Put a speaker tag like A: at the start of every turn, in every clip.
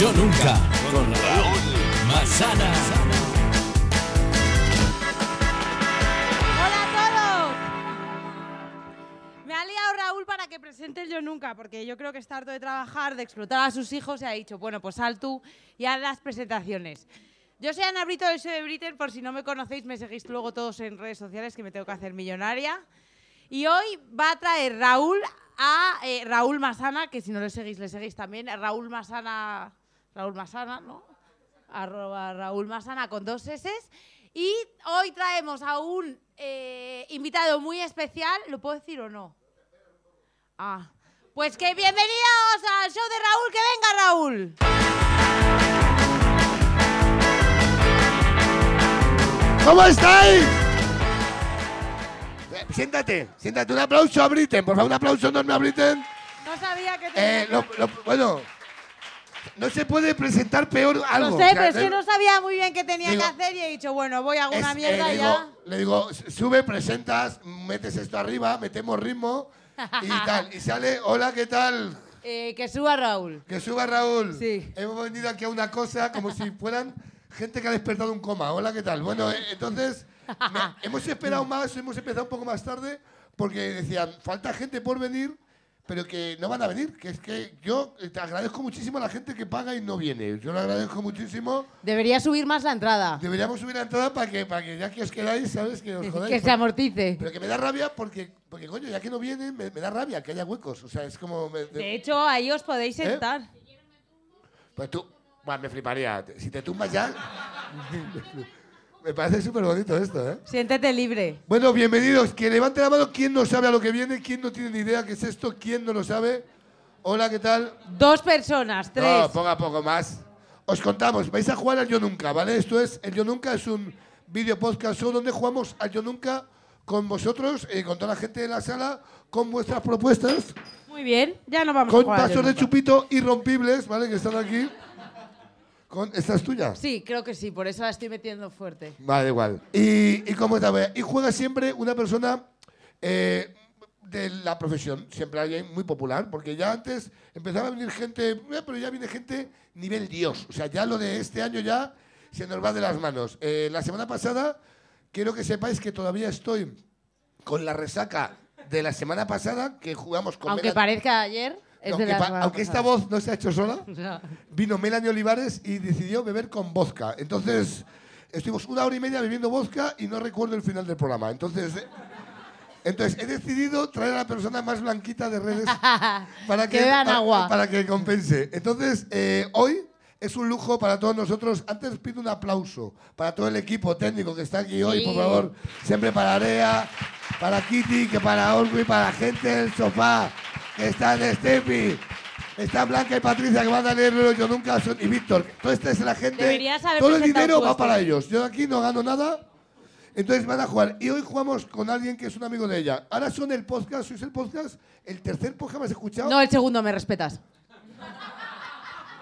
A: Yo nunca. Con Raúl Masana.
B: ¡Hola a todos! Me ha liado Raúl para que presente el Yo Nunca, porque yo creo que está harto de trabajar, de explotar a sus hijos y ha dicho, bueno, pues sal tú y haz las presentaciones. Yo soy Ana Brito, soy de Britain, por si no me conocéis, me seguís luego todos en redes sociales que me tengo que hacer millonaria. Y hoy va a traer Raúl a eh, Raúl Masana, que si no le seguís, le seguís también. a Raúl Masana, Raúl Masana, ¿no? Arroba Raúl Masana con dos S. Y hoy traemos a un eh, invitado muy especial, ¿lo puedo decir o no? Ah, pues que bienvenidos al show de Raúl, que venga Raúl.
C: ¿Cómo estáis? Eh, Siéntate, siéntate. Un aplauso a Britten, por favor, un aplauso enorme a Britten.
B: No sabía que te...
C: Eh, lo- lo- bueno, no se puede presentar peor algo.
B: Lo
C: O
B: sé,
C: sea,
B: pero es
C: le-
B: que no sabía muy bien qué tenía
C: digo-
B: que hacer y he dicho, bueno, voy a
C: es-
B: una
C: eh,
B: mierda
C: le
B: y
C: digo-
B: ya.
C: Le digo, s- sube, presentas, metes esto arriba, metemos ritmo y tal. Y sale, hola, ¿qué tal?
B: Eh, que suba Raúl.
C: Que suba Raúl.
B: Sí.
C: Hemos venido aquí a una cosa como si fueran gente que ha despertado un coma. Hola, ¿qué tal? Bueno, eh, entonces me- hemos esperado más, hemos empezado un poco más tarde porque decían, falta gente por venir, pero que no van a venir. Que es que yo eh, te agradezco muchísimo a la gente que paga y no viene. Yo lo agradezco muchísimo.
B: Debería subir más la entrada.
C: Deberíamos subir la entrada para que, para que ya que os quedáis, ¿sabes? Que os jodáis.
B: Que se amortice.
C: Pero que me da rabia porque, porque coño, ya que no vienen, me, me da rabia que haya huecos. O sea, es como... me-
B: De hecho, ahí os podéis
C: ¿Eh?
B: sentar.
C: Pues tú, Buah, me fliparía. Si te tumbas ya. me parece súper bonito esto, ¿eh?
B: Siéntete libre.
C: Bueno, bienvenidos. Que levante la mano quién no sabe a lo que viene, quién no tiene ni idea qué es esto, quién no lo sabe. Hola, ¿qué tal?
B: Dos personas, tres.
C: No, poco a poco más. Os contamos, vais a jugar al Yo Nunca, ¿vale? Esto es, el Yo Nunca es un video podcast show donde jugamos al Yo Nunca con vosotros, eh, con toda la gente de la sala, con vuestras propuestas.
B: Muy bien, ya no vamos a
C: Con
B: jugar. al
C: vasos de
B: Yoruba.
C: chupito irrompibles, ¿vale? Que están aquí. Con, ¿Esta es tuya?
B: Sí, creo que sí, por eso la estoy metiendo fuerte.
C: Vale, igual. Y, y cómo está, vea, y juega siempre una persona eh, de la profesión, siempre alguien muy popular, porque ya antes empezaba a venir gente, eh, pero ya viene gente nivel Dios. O sea, ya lo de este año ya se nos va de las manos. Eh, la semana pasada, quiero que sepáis que todavía estoy con la resaca de la semana pasada, que jugamos con...
B: Aunque
C: Melan-
B: parezca ayer, es
C: aunque
B: de la
C: pa-
B: semana
C: aunque esta
B: pasada.
C: voz no se ha hecho sola. Vino Melanie Olivares y decidió beber con vodka. Entonces, estuvimos una hora y media bebiendo vodka y no recuerdo el final del programa. Entonces, eh, entonces he decidido traer a la persona más blanquita de redes para que,
B: Que beban
C: para-
B: agua.
C: para que compense. Entonces, eh, hoy es un lujo para todos nosotros. Antes pido un aplauso para todo el equipo técnico que está aquí hoy,
B: Sí.
C: por favor. Siempre para Area, para Kitty, que para Olgu y para la gente del sofá, que está en Steffi. Está Blanca y Patricia que van a leer yo nunca son- y Víctor. Toda esta es la gente.
B: Deberías haber
C: todo el
B: presentado
C: dinero
B: tú
C: va
B: esto.
C: para ellos. Yo de aquí no gano nada. Entonces van a jugar. Y hoy jugamos con alguien que es un amigo de ella. Ahora son el podcast, sois el podcast, el tercer podcast más escuchado.
B: No, el segundo me respetas.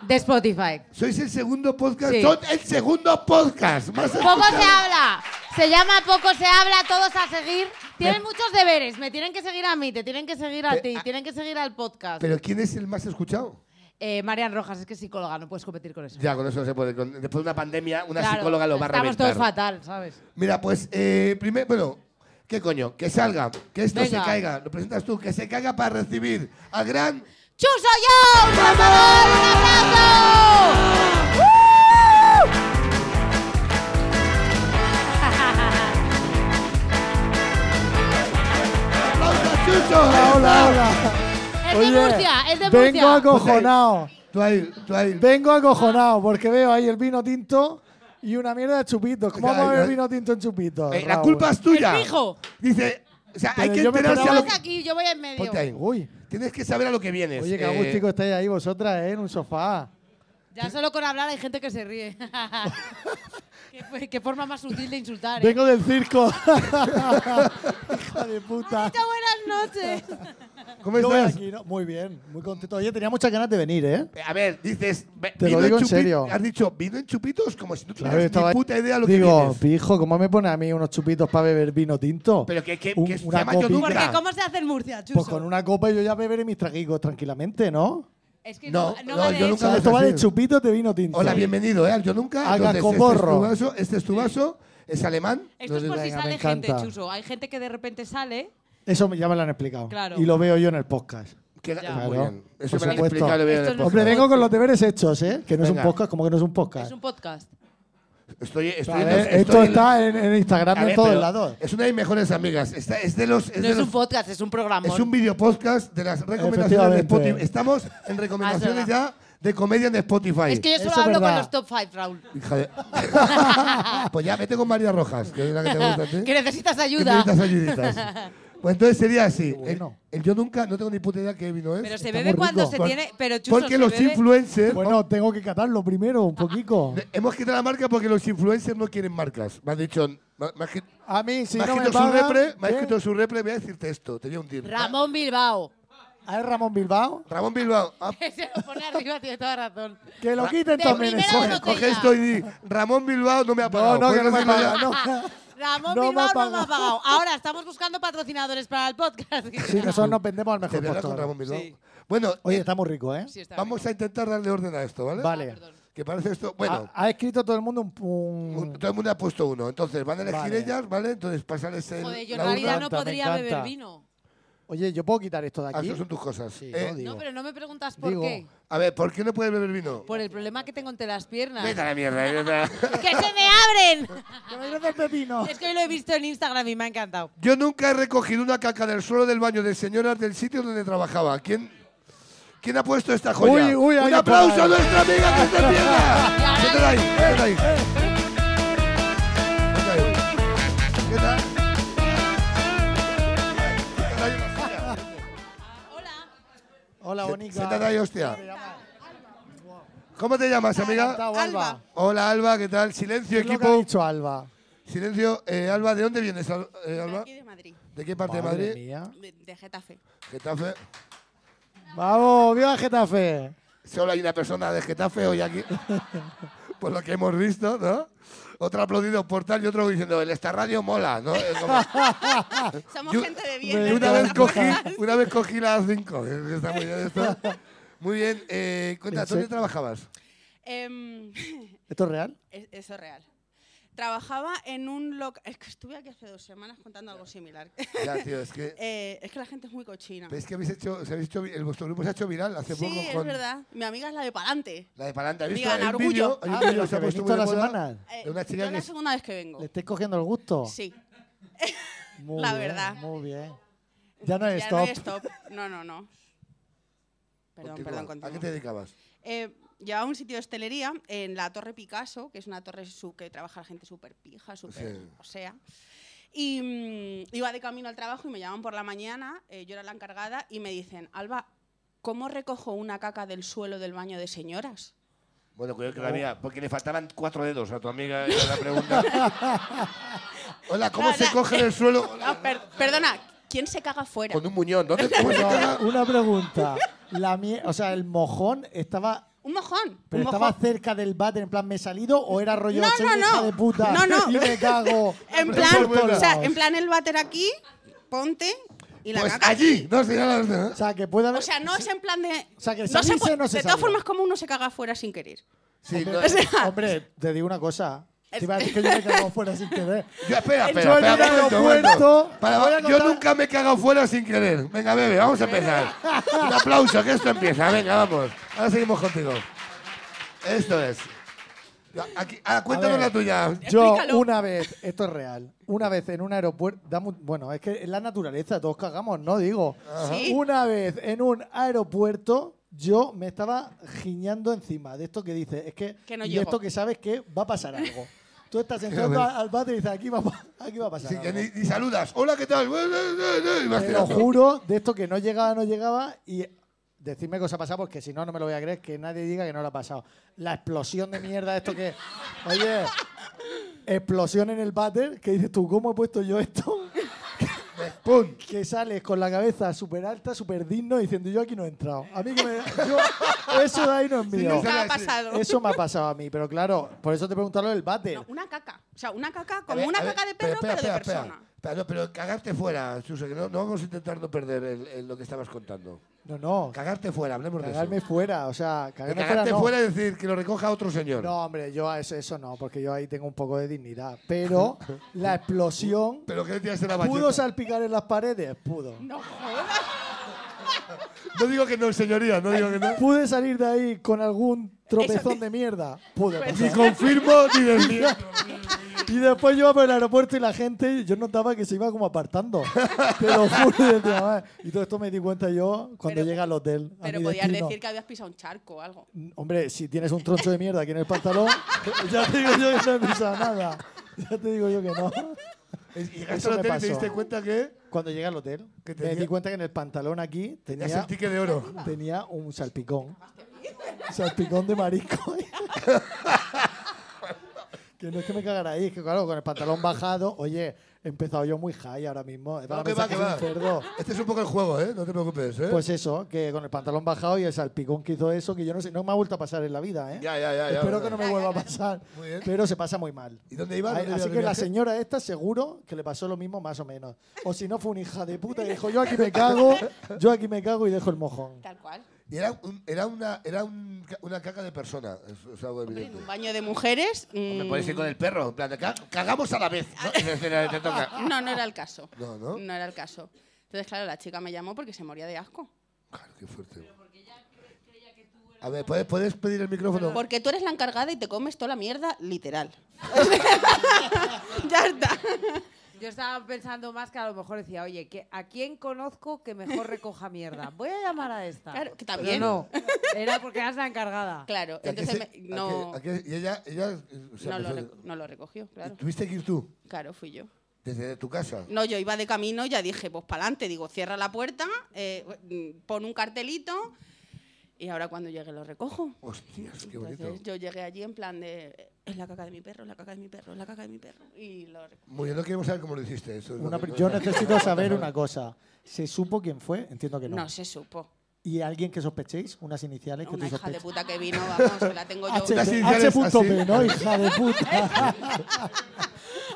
B: De Spotify.
C: Sois el segundo podcast.
B: Sí.
C: Son el segundo podcast más
B: Poco se
C: escuchado.
B: habla. Se llama Poco se habla, todos a seguir. Tienen muchos deberes. Me tienen que seguir a mí, te tienen que seguir a
C: Pe-
B: ti,
C: a-
B: tienen que seguir al podcast.
C: Pero ¿quién es el más escuchado?
B: Eh, Marian Rojas, es que es psicóloga, no puedes competir con eso.
C: Ya, con eso no se puede. Con- después de una pandemia, una
B: Claro,
C: psicóloga lo va a
B: Estamos
C: reventar.
B: todos fatal, ¿sabes?
C: Mira, pues, eh, primero, bueno, ¿qué coño? Que salga, que esto
B: Venga.
C: se caiga. Lo presentas tú, que se caiga para recibir al gran...
B: ¡Chuso yo! ¡Por favor, un aplauso!
C: ¡Aplauso, Chucho! ¡Hola, hola!
B: Es de Murcia, es de
D: vengo
B: Murcia.
D: acojonado.
C: Tú ahí, tú ahí.
D: Vengo acojonado porque veo ahí el vino tinto y una mierda de chupitos. ¿Cómo vamos a
C: Ay,
D: ver
C: ay.
D: vino tinto en chupitos?
C: Eh, la
D: Raúl?
C: culpa es tuya.
B: Es fijo.
C: Dice, o sea, hay
D: Pero
C: que
D: yo me
C: enterarse a
D: esperaba-
C: lo
B: Vamos
C: que...
B: aquí, yo voy en medio.
C: Ponte ahí.
D: Uy,
C: Tienes que saber a lo que vienes.
D: oye, qué
C: Eh,
D: agustico estáis ahí vosotras, ¿eh? En un sofá.
B: Ya solo con hablar hay gente que se ríe. qué, fue- qué forma más sutil de insultar. ¿eh?
D: Vengo del circo. Hija de puta.
B: Muchas buenas noches.
C: ¿Cómo
D: Yo voy
C: estás?
D: aquí, ¿no? Muy bien, muy contento. Oye, tenía muchas ganas de venir, ¿eh?
C: Eh, A ver, dices... ve-
D: Te lo
C: vino
D: digo en
C: chupi-
D: serio.
C: Has dicho, vino en chupitos como si no
D: Claro,
C: tuvieras
D: estaba-
C: ni puta idea de lo que
D: Digo,
C: vienes.
D: pijo, ¿cómo me pone a mí unos chupitos para beber vino tinto?
C: Pero que- que-
D: Un-
C: que se
D: una
C: llama yo
D: copita.
C: nunca.
B: Porque ¿cómo se hace en Murcia, Chuso?
D: Pues con una copa yo ya beberé mis traguicos tranquilamente, ¿no?
B: Es que
C: No,
B: no,
C: no,
B: no, vale
C: yo
B: eso.
D: O sea,
C: nunca
D: esto va de
C: decir.
D: chupito de vino tinto.
C: Hola, bienvenido, ¿eh? al Yo Nunca.
D: Al
C: Entonces,
D: Gacoborro.
C: Este es tu vaso, este es tu vaso, es alemán.
B: Esto es por si
D: Venga, me
B: sale gente,
D: encanta.
B: Chuso. Hay gente que de repente sale.
D: Eso me- ya me lo han explicado.
B: Claro.
D: Y lo veo yo en el podcast.
C: Que-
B: Ya.
C: Muy
D: Claro,
C: bien. Eso
D: por
C: me lo han
D: supuesto.
C: explicado lo veo en el
B: Esto no es-
C: podcast.
D: Hombre, vengo con los deberes hechos, ¿eh? Que no es un
C: Venga.
D: podcast, como que no es un podcast.
B: Es un podcast.
C: Estoy, estoy,
D: A
C: en-
D: ver,
C: estoy
D: esto
C: en-
D: está en, en
C: A
D: Instagram de
C: ver,
D: todos
C: pero
D: lados.
C: Es una de mis mejores amigas. Está, es de los. Es
B: No
C: de
B: es
C: los-
B: un podcast, es un programa.
C: Es un video podcast de las recomendaciones de
D: Efectivamente.
C: Spotify. Estamos en recomendaciones ya de comedia en Spotify.
B: Ah, Es que yo
D: Eso
B: solo
D: es
B: hablo con
D: verdad.
B: los top 5, Raúl.
C: Hija de- pues ya vete con María Rojas, que es la que te gusta a ti.
B: Que necesitas
C: Que
B: ayuda.
C: necesitas ayuditas. Pues entonces sería así.
D: bueno.
C: El, el yo nunca, no tengo ni puta idea qué vino es.
B: Pero se
D: Está
B: bebe
D: muy
B: cuando
D: rico.
B: se
C: Por-
B: tiene. Pero Chuso
C: porque
B: se
C: los
B: bebe-
C: influencers. Ah,
D: Bueno, tengo que catarlo primero, un poquito.
C: Hemos quitado la marca porque los influencers no quieren marcas. Me han dicho. Me, me ha escri-
D: A mí, si
C: me ha
D: no me
C: escrito su
D: pagan,
C: repre, me ha
D: ¿qué?
C: escrito su repre, voy a decirte esto, te voy a hundir.
B: Ramón Bilbao.
D: A ver, Ramón Bilbao.
C: Ra- Ramón Bilbao. ah,
B: se lo pone arriba, tiene toda razón.
D: Que lo
C: Ra-
D: quiten
B: De
D: también.
B: primera
D: eso.
B: no botella.
C: coge, coge esto y di, Ramón Bilbao no me ha pagado.
D: No, no,
C: Pues
D: que no me
C: decirlo ya.
D: pagan. no.
B: Ramón
D: No me
B: Bilbao
D: ha
B: no me ha
D: pagado.
B: pagado. Ahora estamos buscando patrocinadores para el podcast.
D: Sí, nosotros nos vendemos al
C: Te
D: mejor
C: verás
D: postor.
C: con Ramón Bilbao.
B: Sí.
C: Bueno,
D: Oye,
C: eh,
D: está muy rico, ¿eh?
B: Sí, está Ah,
C: vamos a intentar darle orden a esto, ¿vale?
D: Vale.
B: perdón.
C: Que parece esto. Bueno,
D: Ha, ha escrito todo el mundo un... un-
C: un- todo el mundo ha puesto uno. Entonces, van a elegir
D: Vale.
C: ellas, ¿vale? Entonces, pasarles
B: bien.
C: el.
B: Joder, yo en
C: la urna.
B: realidad no
D: encanta, me
B: podría beber
D: encanta.
B: vino.
D: Oye, ¿yo puedo quitar esto de
C: Ah,
D: aquí?
C: eso son tus cosas.
D: Sí,
C: Eh,
D: no, digo.
B: No, pero no me preguntas por
D: Digo.
B: qué.
C: a ver, ¿por qué no puedes beber vino?
B: Por el problema que tengo entre las piernas.
C: Vete a la mierda. vete a la-
B: ¡Que se me abren!
D: ¡Que me viene del pepino!
B: es que hoy lo he visto en Instagram y me ha encantado.
C: Yo nunca he recogido una caca del suelo del baño de señoras del sitio donde trabajaba. ¿Quién, quién ha puesto esta joya?
D: Uy, uy,
C: ¡Un
D: ahí
C: aplauso
D: por
C: a
D: ahí.
C: nuestra amiga que está en pierna! Siéntate ahí, siéntate ahí. Siéntate ahí. ¿Qué tal? Siéntate ahí, hostia.
B: Hola.
D: Hola, Bonica.
C: Siéntate ahí, hostia. ¿Cómo te llamas, amiga?
D: Alba.
B: Alba.
C: Hola, Alba, ¿qué tal? Silencio,
D: Es lo que ha
C: equipo.
D: dicho Alba.
C: Silencio, eh, Alba, ¿de dónde vienes, Al- eh, Alba?
E: de Madrid,
C: ¿De qué parte de
D: Madre
C: Madrid?
D: mía.
E: de, de Getafe.
C: Getafe.
D: Vamos, viva Getafe.
C: Solo hay una persona de Getafe hoy aquí, por Pues lo que hemos visto, ¿no? Otro aplaudido por tal y otro diciendo, el esta radio mola, ¿no? Es como-
E: Somos
C: Yo-
E: gente de bien. ¿eh?
D: de
C: Y
E: ¿no?
C: una, vez cogí, una vez cogí la A5. eh, está muy bien esto. Muy bien, eh, cuenta, ¿dónde
D: Sí.
C: trabajabas?
E: Em,
D: ¿Esto es real?
E: es- eso es real. Trabajaba en un local. Es que estuve aquí hace dos semanas contando algo similar.
C: Ya, tío, es que,
E: Eh, es que la gente es muy cochina.
C: ¿ves que habéis hecho, os habéis hecho vi- el, vuestro grupo se ha hecho viral hace poco
E: Sí, es
C: con
E: verdad. Mi amiga es la de Palante.
C: la de Palanta. ¿Has visto
E: Digan,
C: el
E: orgullo.
C: vídeo? Hay un
D: Ah,
C: vídeo
D: pero
C: que se ha
D: que
C: puesto muy
D: venís
C: de
D: todas las
C: moda
D: semanas.
E: Eh,
C: de una
E: yo
C: chica
E: es
C: que
E: la
C: es-
E: segunda vez que vengo.
D: ¿Le estáis cogiendo el gusto?
E: Sí.
D: Muy
E: la
D: bien,
E: verdad.
D: Muy bien. Ya no es
E: ya
D: top.
E: no hay stop. No, no, no. Perdón,
C: Continúa.
E: perdón,
C: ¿A qué
E: continúo.
C: te dedicabas?
E: Eh, llevaba un sitio de hostelería en la Torre Picasso, que es una torre su- que trabaja la gente súper pija, súper,
C: Sí.
E: o sea. Y mm, iba de camino al trabajo y me llaman por la mañana, eh, yo era la encargada, y me dicen, Alba, ¿cómo recojo una caca del suelo del baño de señoras?
C: Bueno, cuidado que la mía, porque le faltaban cuatro dedos a tu amiga, era la pregunta. Hola, ¿cómo
E: No,
C: se
E: la-
C: coge del suelo?
E: Ah, per- perdona, ¿quién se caga fuera?
C: Con un muñón, ¿dónde cómo se
D: Una,
C: caga?
D: una pregunta. La mie- o sea, el mojón estaba.
E: Un mojón.
D: ¿Pero
E: un
D: estaba
E: mojón.
D: cerca del váter? En plan, ¿me he salido? ¿O era rollo
E: No,
D: soy
E: no,
D: hija
E: no.
D: de puta?
E: No, no.
D: Y me cago. Pues
E: En
D: por
E: plan,
D: todos
E: o sea,
D: lados?
E: en plan el váter aquí, ponte y la
C: Pues
E: caca.
C: allí, no sé, ya la verdad.
D: O sea, que puede haber.
E: O sea, no es en plan de.
D: O sea, que
E: no se
D: salirse
E: pu-
D: no se
E: De todas
D: salía.
E: formas, como uno se caga fuera sin querer.
C: Sí, no,
E: O sea,
D: Hombre, te digo una cosa.
E: Es-
D: Te iba a decir que yo me he cagado fuera sin querer.
C: yo, espera, espera,
D: Yo en
C: espera,
D: el
C: un momento, un
D: aeropuerto,
C: momento. Para-
D: voy a
C: yo
D: contar-
C: nunca me he cagado fuera sin querer. Venga, bebe, vamos a empezar. Un aplauso, que esto empieza. Venga, vamos. Ahora seguimos contigo. Esto es. Ya, Aquí, ah, cuéntanos
D: ver.
C: la tuya.
D: Yo
E: Explícalo.
D: una vez, esto es real, una vez en un aeropuerto, da mu- bueno, es que es la naturaleza, todos cagamos, ¿no? Digo,
E: Sí.
D: una vez en un aeropuerto yo me estaba giñando encima de esto que dices, es que,
E: Que no
D: y
E: llego.
D: esto que sabes que va a pasar algo. Tú estás entrando
C: ves.
D: a- al váter y dices, aquí va, a pa- aquí va a pasar
C: Sí, ya
D: algo.
C: ni, ni saludas. Hola, ¿qué tal? Y vas
D: Te lo
C: tirando.
D: juro, de esto que no llegaba, no llegaba y decirme que os ha pasado porque si no, no me lo voy a creer, que nadie diga que no lo ha pasado. La explosión de mierda, esto que... Oye, explosión en el váter, que dices tú, ¿cómo he puesto yo esto?
C: ¡Pum!
D: Que sales con la cabeza súper alta, súper digno, diciendo yo aquí no he entrado. A mí que me... yo- eso de ahí no es mío.
E: Nunca ha
C: Sí.
E: pasado.
D: Eso me ha pasado a mí, pero claro, por eso te pregunto lo del váter.
E: No, una caca. O sea, una caca,
C: A
E: como
C: ver,
E: una
C: a ver,
E: caca de perro,
C: espera,
E: pero, de
C: espera,
E: persona.
C: espera. Pero, no, pero cagarte fuera, Suso, que no, no vamos a intentar no perder el- el- lo que estabas contando.
D: No, no.
C: Cagarte fuera, hablemos de
D: Cagarme
C: eso.
D: fuera, o sea,
C: De
D: cagarme fuera
C: cagarte
D: no.
C: fuera es decir que lo recoja otro señor.
D: No, hombre, yo a eso, eso no, porque yo ahí tengo un poco de dignidad. Pero la explosión
C: Pero que le tiraste la
D: pudo
C: bayoneta.
D: salpicar en las paredes, pudo.
E: No jodas.
C: No digo que no, señoría, no digo que no.
D: Pude salir de ahí con algún tropezón
E: te-
D: de mierda, pude.
E: Pues
D: pasar.
C: Ni confirmo ni desmiento.
D: Y después yo iba por el aeropuerto y la gente, yo notaba que se iba como apartando. Te lo juro. yo decía, "Madre". Y todo esto me di cuenta yo cuando
E: Pero-
D: llega al hotel. a
E: Pero
D: mi
E: podías
D: destino.
E: decir que habías pisado un charco o algo.
D: Hombre, si tienes un troncho de mierda aquí en el pantalón, ya te digo yo que no he pisado nada. Ya te digo yo que no.
C: Y llegaste
D: Eso
C: al hotel
D: me
C: y te
D: pasó.
C: diste cuenta que
D: Cuando llegué al hotel,
C: Que
D: me
C: tenía-
D: di cuenta que en el pantalón aquí
C: tenías
D: tenía,
C: el ticket de oro.
D: tenía un salpicón. salpicón de marisco. que no es que me cagara ahí, es que claro, con el pantalón bajado, oye, he empezado yo muy high ahora mismo. he
C: No,
D: dado
C: que
D: la
C: va, que
D: sensación
C: va.
D: de un cerdo.
C: Este es un poco el juego, ¿eh? No te preocupes, ¿eh?
D: Pues eso, que con el pantalón bajado y el salpicón que hizo eso, que yo no sé, no me ha vuelto a pasar en la vida, ¿eh?
C: ya, ya, ya. ya,
D: Espero
C: bueno.
D: que no me vuelva a pasar,
C: Muy bien.
D: pero se pasa muy mal.
C: ¿Y dónde iba?
D: Ay,
C: ¿Dónde iba
D: Así
C: de
D: que la
C: viaje?
D: señora esta seguro que le pasó lo mismo más o menos. O si no fue una hija de puta y dijo, yo aquí me cago, yo aquí me cago y dejo el mojón.
E: Tal cual.
C: Y Era, un- era, una, era un ca- una caca de persona, es, es algo
E: Hombre,
C: evidente.
E: en un baño de mujeres.
C: Me
E: mm,
C: puedes ir con el perro, en plan, de ca- cagamos a la vez. ¿no? Y te- te- te toca.
E: No, no era el caso.
C: No, ¿no?
E: No era el caso. Entonces, claro, la chica me llamó porque se moría de asco.
C: Claro, qué fuerte. A ver, ¿puedes, puedes pedir el micrófono?
E: Porque tú eres la encargada y te comes toda la mierda, literal. ya está.
B: Yo estaba pensando más que a lo mejor decía, oye, que ¿a quién conozco que mejor recoja mierda? Voy a llamar a esta.
E: Claro, que
B: Pero
E: también.
B: no, era porque eras la encargada.
E: Claro,
C: ¿A qué
E: entonces
C: se-
E: me-
C: a qué-
E: no,
C: a qué- y ella, ella eh, o sea,
E: no, lo
C: empezó-
E: reco- no lo recogió, claro.
C: ¿Tuviste que ir tú?
E: Claro, fui yo.
C: Desde tu casa.
E: No, yo iba de camino, ya dije, pues para adelante, digo, cierra la puerta, eh, mm, pon un cartelito y ahora cuando llegue lo recojo.
C: Hostias, qué bonito.
E: Entonces yo llegué allí en plan de, es la caca de mi perro, es la caca de mi perro, es la caca de mi perro. Y lo recogí.
C: Muy bien, no queremos saber cómo lo hiciste. Eso es lo
D: Una
C: que
D: pri-
C: no-
D: yo necesito saber una cosa. ¿Se supo quién fue? Entiendo que no.
E: No. se supo.
D: ¿Y alguien que sospechéis? Unas iniciales que
E: Una
D: tú
E: hija de
D: sospechas.
E: puta que vino, vamos, que la tengo yo.
D: H-
C: Unas iniciales
D: H.P.,
C: así.
D: ¿no? Hija de puta.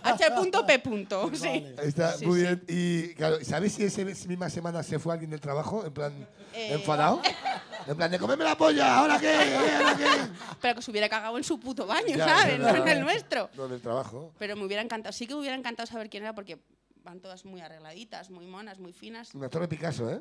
E: H.P. punto, sí.
D: Vale.
C: Ahí Está
E: Sí,
C: muy
E: sí.
C: bien. Y claro, ¿sabéis si esa misma semana se fue alguien del trabajo? En plan,
E: Eh.
C: enfadado. En plan, de comerme la polla, ¿ahora qué? ¿Eh? ¿Ahora qué?
E: Pero que se hubiera cagado en su puto baño,
C: Ya,
E: ¿sabes?
C: ya,
E: No en
C: ya.
E: el nuestro.
C: No, del trabajo.
E: Pero me hubiera encantado, sí que me hubiera encantado saber quién era porque van todas muy arregladitas, muy monas, muy finas.
C: Una torre Picasso, ¿eh?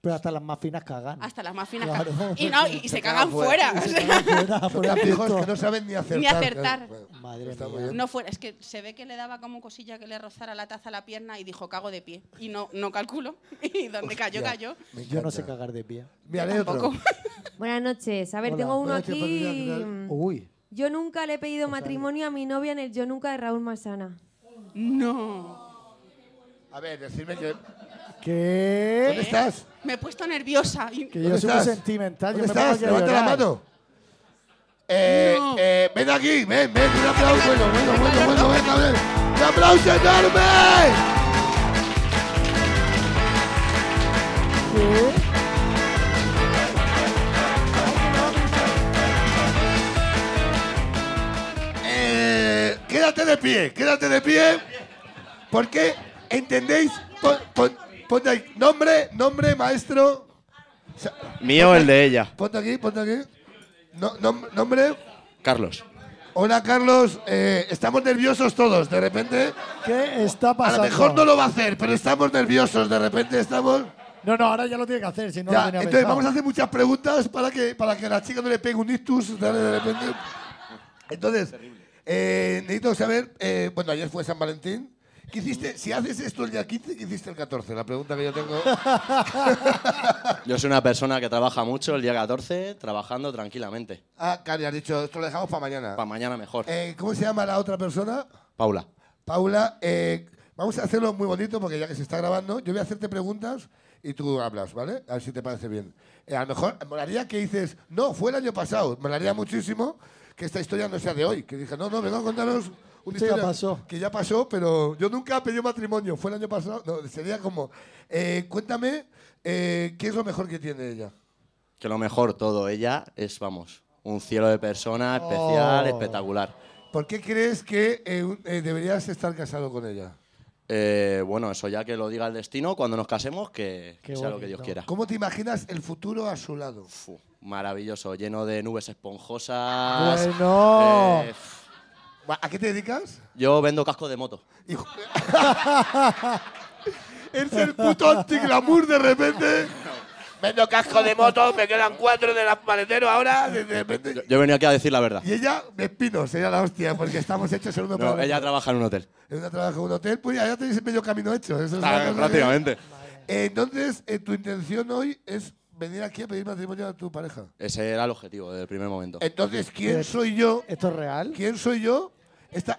D: Pero hasta las más finas cagan.
E: Hasta las más finas.
D: Claro.
E: ca- Y, no, y se, cagan fuera. o sea,
D: Fuera,
C: Son
D: fuera,
C: tan viejos
D: puto.
C: que no saben ni acertar.
E: Ni acertar.
C: Bueno,
D: Madre
C: está muy
D: mía.
C: bien.
E: No fuera, es que se ve que le daba como cosilla que le rozara la taza a la pierna y dijo, cago de pie. Y no, no calculo. Y donde cayó,
C: Hostia,
E: cayó.
C: me
D: Yo no sé
C: encanta.
D: cagar de pie.
C: Mira, lee otro.
E: Tampoco.
F: Buenas noches. A ver,
D: Hola.
F: tengo uno
C: Buenas noches, Patricia,
F: aquí.
C: ¿qué tal?
F: mm,
D: Uy.
F: Yo nunca le he pedido matrimonio a mi novia en el Yo Nunca de Raúl Masana.
E: No.
C: A ver, decirme que... ¿Dónde
D: ¿Qué?
C: estás?
E: Me he puesto nerviosa. y-
D: ¿Eh? Que
C: ¿Dónde
D: yo soy muy
C: estás?
D: sentimental.
C: ¿Dónde
D: yo me pongo
C: estás?
D: aquí a
C: Levanta la
D: llorar.
C: mano. Eh, eh, ven aquí, ven, ven, un aplauso. Bueno, bueno, bueno, bueno, bueno, bueno. ¡Un aplauso enorme! Eh, quédate de pie, quédate de pie. Porque, ¿entendéis? Pon, pon- ponte ahí. Nombre, nombre, maestro.
G: Mío el de ella.
C: Ponte aquí, ponte aquí. No, nom- nombre.
G: Carlos.
C: Hola, Carlos. Eh, estamos nerviosos todos, de repente.
D: ¿Qué está
C: A lo
D: pasando?
C: mejor no lo va a hacer, pero estamos nerviosos, de repente estamos...
D: No, no, ahora ya lo tiene que hacer, si no
C: Ya,
D: lo tenía
C: entonces
D: pensado.
C: vamos a hacer muchas preguntas para que, para que la chica no le pegue un ictus, ¿sabes? de repente. Entonces, eh, necesito saber, eh, bueno, ayer fue San Valentín. ¿Qué hiciste? Si haces esto el día 15, ¿qué hiciste el 14? La pregunta que yo tengo...
G: Yo soy una persona que trabaja mucho el día 14, trabajando tranquilamente.
C: Ah, Cari, has dicho, esto lo dejamos para mañana.
G: Para mañana mejor.
C: Eh, ¿Cómo se llama la otra persona?
G: Paula.
C: Paula, eh, vamos a hacerlo muy bonito porque ya que se está grabando, yo voy a hacerte preguntas y tú hablas, ¿vale? A ver si te parece bien. Eh, a lo mejor, molaría que dices, no, fue el año pasado. Molaría muchísimo que esta historia no sea de hoy. Que dije, no, no, vengo a contaros una
D: Sí, ya
C: historia
D: pasó.
C: que ya pasó, pero yo nunca pedí matrimonio. Fue el año pasado. No, sería como, eh, cuéntame eh, qué es lo mejor que tiene ella.
G: Que lo mejor todo, ella es, vamos, un cielo de persona especial,
D: Oh.
G: espectacular.
C: ¿Por qué crees que eh, un- eh, deberías estar casado con ella?
G: Eh, bueno, eso ya que lo diga el destino, cuando nos casemos, que,
D: Qué
G: que sea lo que
D: bonito.
G: Dios quiera.
C: ¿Cómo te imaginas el futuro a su lado?
G: Fu, maravilloso, lleno de nubes esponjosas.
D: Bueno.
G: Eh, f-
C: ¿A qué te dedicas?
G: yo vendo casco de moto.
C: Hijo es el puto antiglamour de repente. Vendo casco de moto, me quedan cuatro de las maleteros ahora. De repente.
G: Yo, yo venía aquí a decir la verdad.
C: Y ella, de espinos, sería la hostia, porque estamos hechos en uno para
G: No,
C: el
G: ella
C: otro.
G: trabaja en un hotel.
C: En una trabaja en un hotel, pues ya, ya tenéis el medio camino hecho. Eso es
G: Ah,
C: una cosa que- Eh, entonces, eh, tu intención hoy es venir aquí a pedir matrimonio a tu pareja.
G: Ese era el objetivo del primer momento.
C: Entonces, ¿quién soy yo?
D: ¿Esto es real?
C: ¿Quién soy yo? Esta,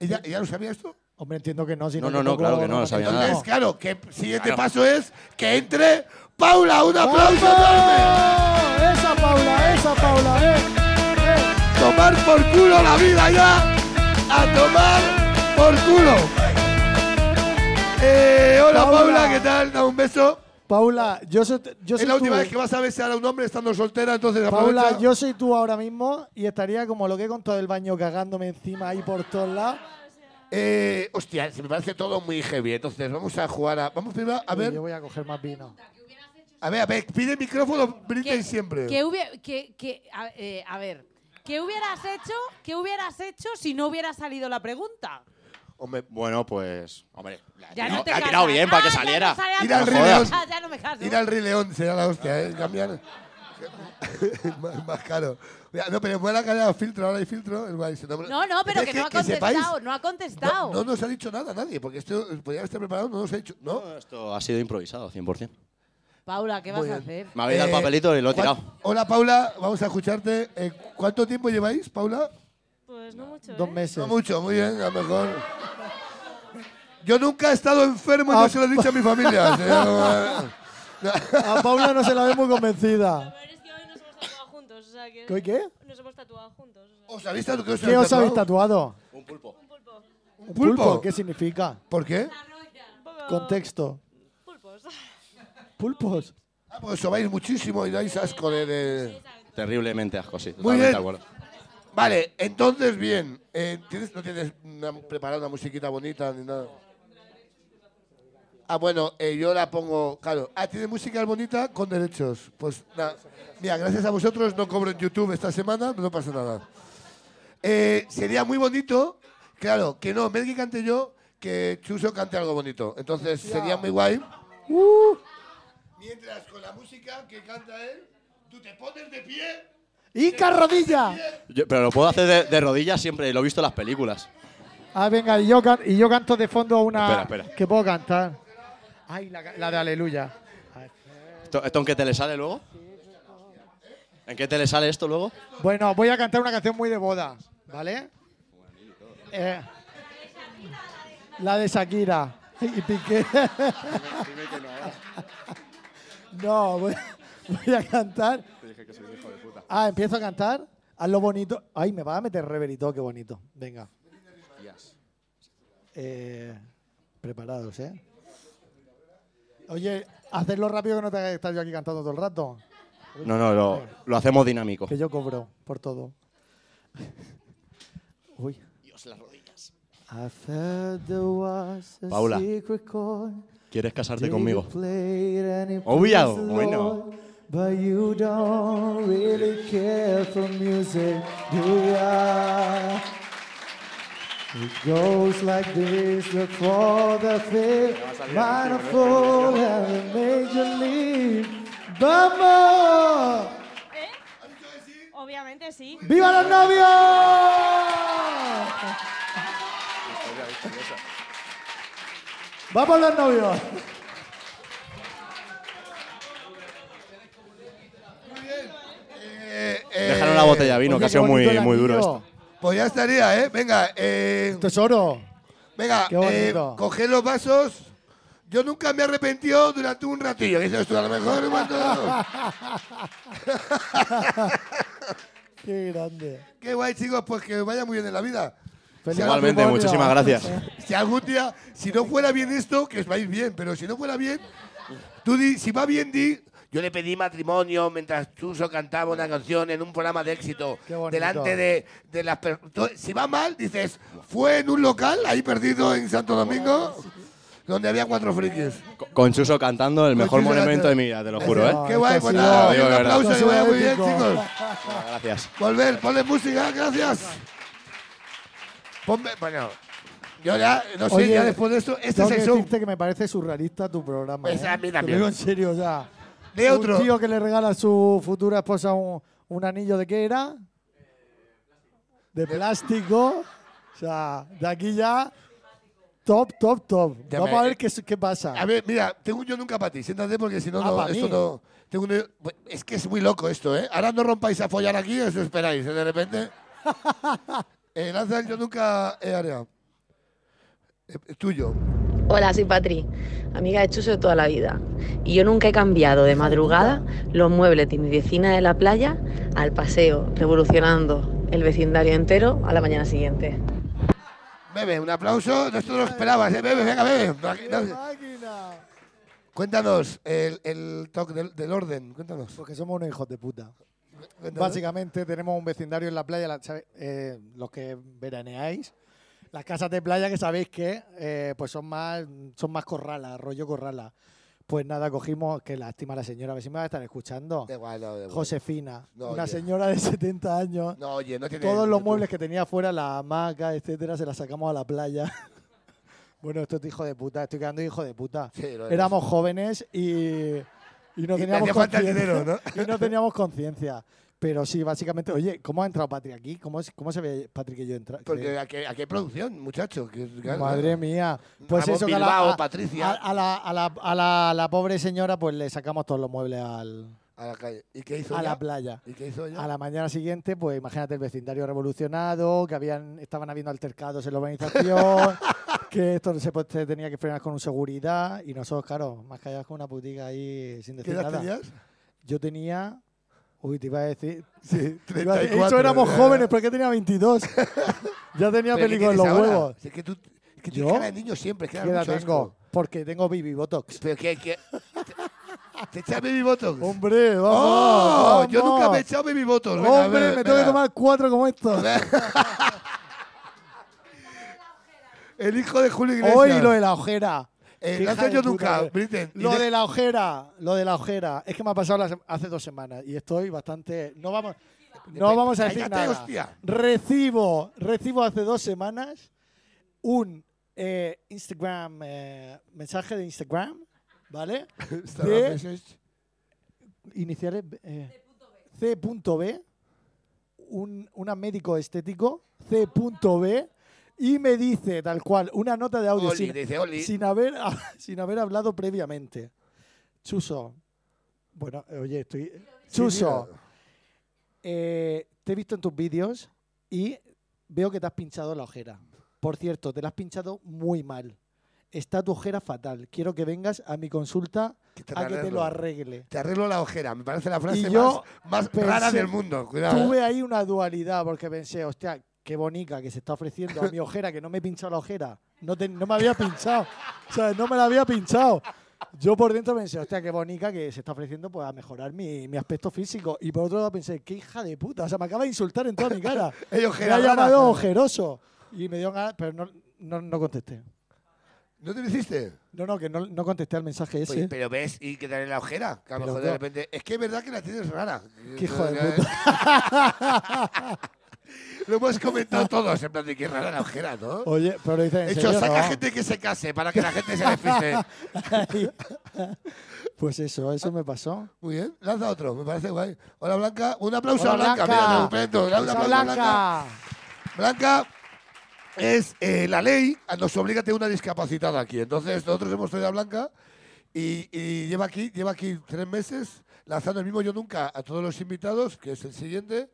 C: ¿ella, ¿Ella lo sabía esto?
D: Hombre, entiendo que no. Si
G: No,
D: no,
G: no, no,
D: tampoco
G: claro que no, lo
D: nos
G: sabía
D: metemos.
G: nada.
C: Entonces, claro, que el siguiente
G: Claro.
C: paso es que entre Paula. ¡Un aplauso enorme!
D: ¡Bravo! ¡Esa Paula, esa Paula! ¡Eh! ¡Eh!
C: ¡Tomar por culo la vida ya! ¡A tomar por culo! Eh, hola
D: Paula.
C: Paula, ¿qué tal? Da un beso.
D: Paula, yo soy, yo
C: Es
D: soy
C: la última
D: tú.
C: vez que vas a besar a un hombre estando soltera, entonces
D: Paula,
C: aprovecha.
D: yo soy tú ahora mismo y estaría como lo que he contado del baño cagándome encima ahí por todos lados.
C: Eh, hostia, se me parece todo muy heavy. Entonces, vamos a jugar a. Vamos primero a
D: Uy,
C: ver.
D: Yo voy a coger más vino.
C: A ver, a ver, pide el micrófono, Britney siempre.
B: Que hubie- que- que- a, eh, a ver, ¿qué hubieras hecho? ¿Qué hubieras hecho si no hubiera salido la pregunta?
C: Hombre,
G: Bueno, pues. Hombre, la ha
B: Ya
G: tirado-
B: no te
G: la ha
B: casas.
G: tirado bien para que
B: Ah, ya no
G: saliera.
B: sale-
C: Ir al
B: no,
C: Rey
B: jodas.
C: León.
B: Ya no me caso.
C: ir al Rey León será la hostia, ¿eh? Cambiar. más, más caro. Mira, no, pero buena calidad de filtro, ahora hay filtro. es guay, si
B: No, no, pero
C: es
B: que, no ha
C: sepáis,
B: contestado, no ha contestado.
C: no, no nos ha dicho nada nadie, porque esto eh, podía estar preparado, no nos ha dicho. No.
G: No, Esto ha sido improvisado, 100%.
B: Paula, ¿qué
C: Muy
B: vas a hacer?
C: bien.
G: Me habéis dado el
C: Eh,
G: papelito y lo he
C: ¿cuán-
G: tirado.
C: Hola Paula, vamos a escucharte. Eh, ¿Cuánto tiempo lleváis, Paula?
F: Pues no mucho.
D: Dos
F: ¿eh?
D: meses.
C: No mucho, muy bien, a lo mejor. Yo nunca he estado enfermo y
D: Ah,
C: no se lo he dicho a mi familia. o sea, no, eh,
D: A Paula no se la ve muy convencida.
F: Pero es que hoy nos hemos tatuado juntos, o sea que...
D: ¿Qué? qué?
F: Nos hemos tatuado juntos. o sea.
C: ¿Os habéis tatu- os
D: ¿Qué os habéis tatuado?
G: Un pulpo.
C: ¿Un
D: ¿Pulpo?
C: pulpo?
D: ¿Qué significa?
C: ¿Por qué?
F: Un poco
D: Contexto.
F: pulpos.
D: ¿Pulpos?
C: Ah, porque sobáis muchísimo y dais asco de... de-
G: Terriblemente asco, sí.
C: Muy
G: Totalmente
C: bien.
G: de acuerdo.
C: Vale, entonces, bien. eh, ¿tienes- ¿No tienes una, preparada una musiquita bonita ni nada? Ah, bueno, eh, yo la pongo... Claro. Ah, tiene música bonita con derechos. Pues nada. Mira, gracias a vosotros no cobro en YouTube esta semana, no pasa nada. Eh, sería muy bonito, claro, que no, Melky cante yo, que Chuso cante algo bonito. Entonces sería muy guay.
D: Uh.
C: Mientras con la música que canta él, tú te pones de pie.
D: ¡Ica rodilla!
G: Yo- pero lo puedo hacer de, de rodillas siempre, lo he visto en las películas.
D: Ah, venga, y yo, can- y yo canto de fondo una
C: Ah.
G: Espera, espera.
D: que puedo cantar. Ay, la, la de Aleluya.
G: ¿Esto, esto en qué te le sale luego? ¿En qué te le sale esto luego?
D: Bueno, voy a cantar una canción muy de boda, ¿vale? Eh, la de Shakira y Piqué. No, voy, voy a cantar. Ah, empiezo a cantar. Hazlo bonito. Ay, me va a meter reverito, qué bonito. Venga. Eh, preparados, ¿eh? Oye, hacedlo rápido que no te haga estar yo aquí cantando todo el rato.
G: No, no, lo, lo hacemos dinámico.
D: Que yo cobro por todo. Uy.
G: Dios, las rodillas.
D: I felt there was a
G: Paula.
D: secret chord
G: ¿Quieres casarte
D: David
G: conmigo?
D: played and it
G: Obviado,
D: pleased the
G: bueno.
D: Lord, But you don't really care for music, do ya? It goes like this, the fourth, the fifth, minor fall and the major leap. ¡Vamos!
H: ¿Eh?
F: Obviamente sí.
D: ¡Viva los novios! ¡Vamos los novios!
C: Eh, eh,
G: Déjanos la botella de vino,
D: Oye,
G: que ha
D: qué
G: sido muy,
D: bonito el
G: muy duro
D: anillo.
G: esto.
C: Pues ya estaría, ¿eh? Venga, eh,
D: Tesoro.
C: venga,
D: qué bonito.
C: eh, coged los vasos. Yo nunca me he arrepentido durante un ratillo. Dices tú, a lo mejor cuando-
D: Qué grande.
C: Qué guay, chicos, pues que os vaya muy bien en la vida.
D: Feliz
G: Igualmente,
D: matrimonio.
G: muchísimas gracias.
C: Si algún día, si no fuera bien esto, que os vais bien, pero si no fuera bien, tú di, si va bien, di. Yo le pedí matrimonio mientras Chuso cantaba una canción en un programa de éxito
D: Qué bonito.
C: delante de, de las personas. Si va mal, dices, fue en un local ahí perdido en Santo Domingo. donde había cuatro frikis.
G: Co- Con Chuso cantando el mejor
C: Chuso
G: monumento
C: cantando.
G: de mi vida, te lo juro, ¿eh?
C: Qué guay,
D: Esto ha
C: pues
D: sido-
C: nada,
G: Digo,
C: un
G: de verdad.
C: aplauso, que vaya muy bien,
D: Esto ha sido
C: chicos.
G: Gracias.
C: Volver, ponle música, gracias. Ponme, bueno, yo ya, no sé,
D: Oye,
C: ya después de esto, este
D: Tengo que
C: sección
D: decirte que me parece surrealista tu programa.
C: Pues
D: ¿eh?
C: a mí
D: Te lo
C: también.
D: digo en serio, o sea.
C: de
D: un
C: otro.
D: tío que le regala a su futura esposa un, un anillo de qué era? De plástico. O sea, de aquí ya. Top, top, top.
C: Ya
D: Vamos
C: me-
D: a ver qué, su- qué pasa.
C: A ver, mira, tengo un yo nunca para ti, siéntate porque si no,
D: Ah,
C: no,
D: pa'
C: esto
D: mí.
C: no. Tengo un yo- pues, es que es muy loco esto, ¿eh? Ahora no rompáis a follar aquí, os esperáis, ¿eh? de repente. eh, lanza el yo nunca eh, área. Eh, eh, tuyo.
I: Hola, soy Patri, amiga de Chuso de toda la vida. Y yo nunca he cambiado de madrugada los muebles de mi vecina de la playa al paseo, revolucionando el vecindario entero a la mañana siguiente.
C: Bebe, un aplauso. No, esto no lo esperabas, ¿eh? Bebe, venga, bebe. No, aquí-
D: ¡Qué
C: no-
D: máquina!
C: Cuéntanos el, el toque del, del orden, cuéntanos.
D: Porque somos unos hijos de puta.
C: cuéntanos.
D: Básicamente tenemos un vecindario en la playa, la- ¿sabes? Eh, los que veraneáis. Las casas de playa que sabéis que eh, pues son más son más corralas, rollo corrala. Pues nada, cogimos, que lástima la señora, a ver si me va a estar escuchando.
C: Da igual, no, da igual.
D: Josefina,
C: No,
D: una
C: oye.
D: señora de 70 años.
C: No, oye, no tiene.
D: Todos los muebles que tenía afuera, la hamaca, etcétera, se la sacamos a la playa. bueno, esto es hijo de puta, estoy quedando hijo de puta.
C: Sí, lo eres.
D: Éramos jóvenes y, y no
C: Y te
D: teníamos
C: hacía falta el
D: conciencia-
C: dinero, ¿no?
D: y no teníamos conciencia. Pero sí, básicamente, oye, ¿cómo ha entrado Patri aquí? ¿Cómo, es- cómo se ve Patri que yo entra? que-
C: Porque aquí, aquí hay producción, muchacho. que-
D: Madre mía. Pues
C: Ramón
D: eso que a
C: Bilbao,
D: la, a-
C: Patricia.
D: a- a la- a la- a la- a la pobre señora pues le sacamos todos los muebles al,
C: A la calle. ¿Y qué hizo
D: a
C: ella?
D: la playa.
C: ¿Y qué hizo ella?
D: A la mañana siguiente, pues imagínate el vecindario revolucionado, que habían, estaban habiendo altercados en la urbanización, que esto se, pues, se tenía que frenar con un seguridad, y nosotros, claro, más callados con una putica ahí sin
C: ¿Qué
D: decir
C: edad
D: nada.
C: tenías?
D: Yo tenía. Uy, te iba a decir.
C: Sí,
D: te iba a decir,
C: 34,
D: eso éramos
C: ya, ya.
D: jóvenes, pero que tenía 22. ya tenía
C: ¿Pero qué
D: peligro en los
C: tienes ahora?
D: huevos.
C: Si Es que tú es que
D: ¿Yo?
C: tienes cara de niño siempre, que da
D: ¿Qué edad
C: mucho asco.
D: tengo? Porque tengo Bibi Botox.
C: Pero que, que ¿Te echas baby botox?
D: Hombre, vamos.
C: ¡Oh! Yo
D: vamos.
C: nunca me he echado baby botox. Venga,
D: Hombre,
C: bebe,
D: me tengo que
C: venga.
D: tomar cuatro como estos.
C: El hijo de Julio Iglesias.
D: Hoy lo de la ojera.
C: Eh,
D: Qué
C: lo
D: hija
C: haces
D: de
C: yo
D: puta
C: nunca,
D: eres.
C: Britten. Y
D: Lo
C: de-
D: de la ojera, lo de la ojera. Es que me ha pasado la sem- hace dos semanas y estoy bastante. No vamos, no vamos a decir
C: Cállate,
D: nada.
C: hostia.
D: Recibo, recibo hace dos semanas un eh, Instagram eh, mensaje de Instagram, ¿vale?
C: Estaba
D: de-
C: meses.
D: Iniciales eh, C.B. Un, una médico estético C.B. Y me dice tal cual una nota de audio
C: Oli,
D: sin-
C: dice Oli.
D: sin haber, sin haber hablado previamente. Chuso. Bueno, eh, oye, estoy. Chuso,
C: mira.
D: eh, te he visto en tus vídeos y veo que te has pinchado la ojera. Por cierto, te la has pinchado muy mal. Está tu ojera fatal. Quiero que vengas a mi consulta
C: Que te la
D: a que te
C: arreglo.
D: lo arregle.
C: Te arreglo la ojera. Me parece la frase
D: Y yo
C: más, más rara
D: pensé-
C: del mundo. Cuidado. eh.
D: Tuve ahí una dualidad porque pensé, hostia, qué bonita que se está ofreciendo a mi ojera, que no me he pinchado la ojera. No, te- no me había pinchado. O sea, no me la había pinchado. Yo por dentro pensé, hostia, qué bonita que se está ofreciendo pues, a mejorar mi, mi aspecto físico. Y por otro lado pensé, qué hija de puta. O sea, me acaba de insultar en toda mi cara.
C: Ey,
D: me
C: ojera
D: ha
C: rara.
D: llamado ojeroso. Y me dio ganas, pero no, no, no contesté.
C: ¿No te lo hiciste?
D: No, no, que no, no contesté al mensaje ese.
C: Pues, pero ves y que tenés la ojera. Que a lo
D: Pero
C: mejor de
D: yo-
C: repente. Es que es verdad que la tienes rara.
D: Qué hijo de
C: Eh,
D: puta.
C: Lo hemos comentado todos. En plan de que es rara la ojera, ¿no?
D: Oye, pero lo dices en
C: De hecho,
D: serio,
C: saca
D: ¿no?
C: gente que se case para que la gente se despiste.
D: pues eso, eso me pasó.
C: Muy bien, lanza otro, me parece guay. Hola Blanca, un aplauso
D: Hola,
C: a Blanca.
D: Blanca.
C: Mira, te comprendo. Un aplauso a Blanca. Blanca es eh, la ley, a- nos obliga a tener una discapacitada aquí. Entonces, nosotros hemos traído a Blanca y, y lleva, aquí, lleva aquí tres meses lanzando el mismo Yo Nunca a todos los invitados, que es el siguiente.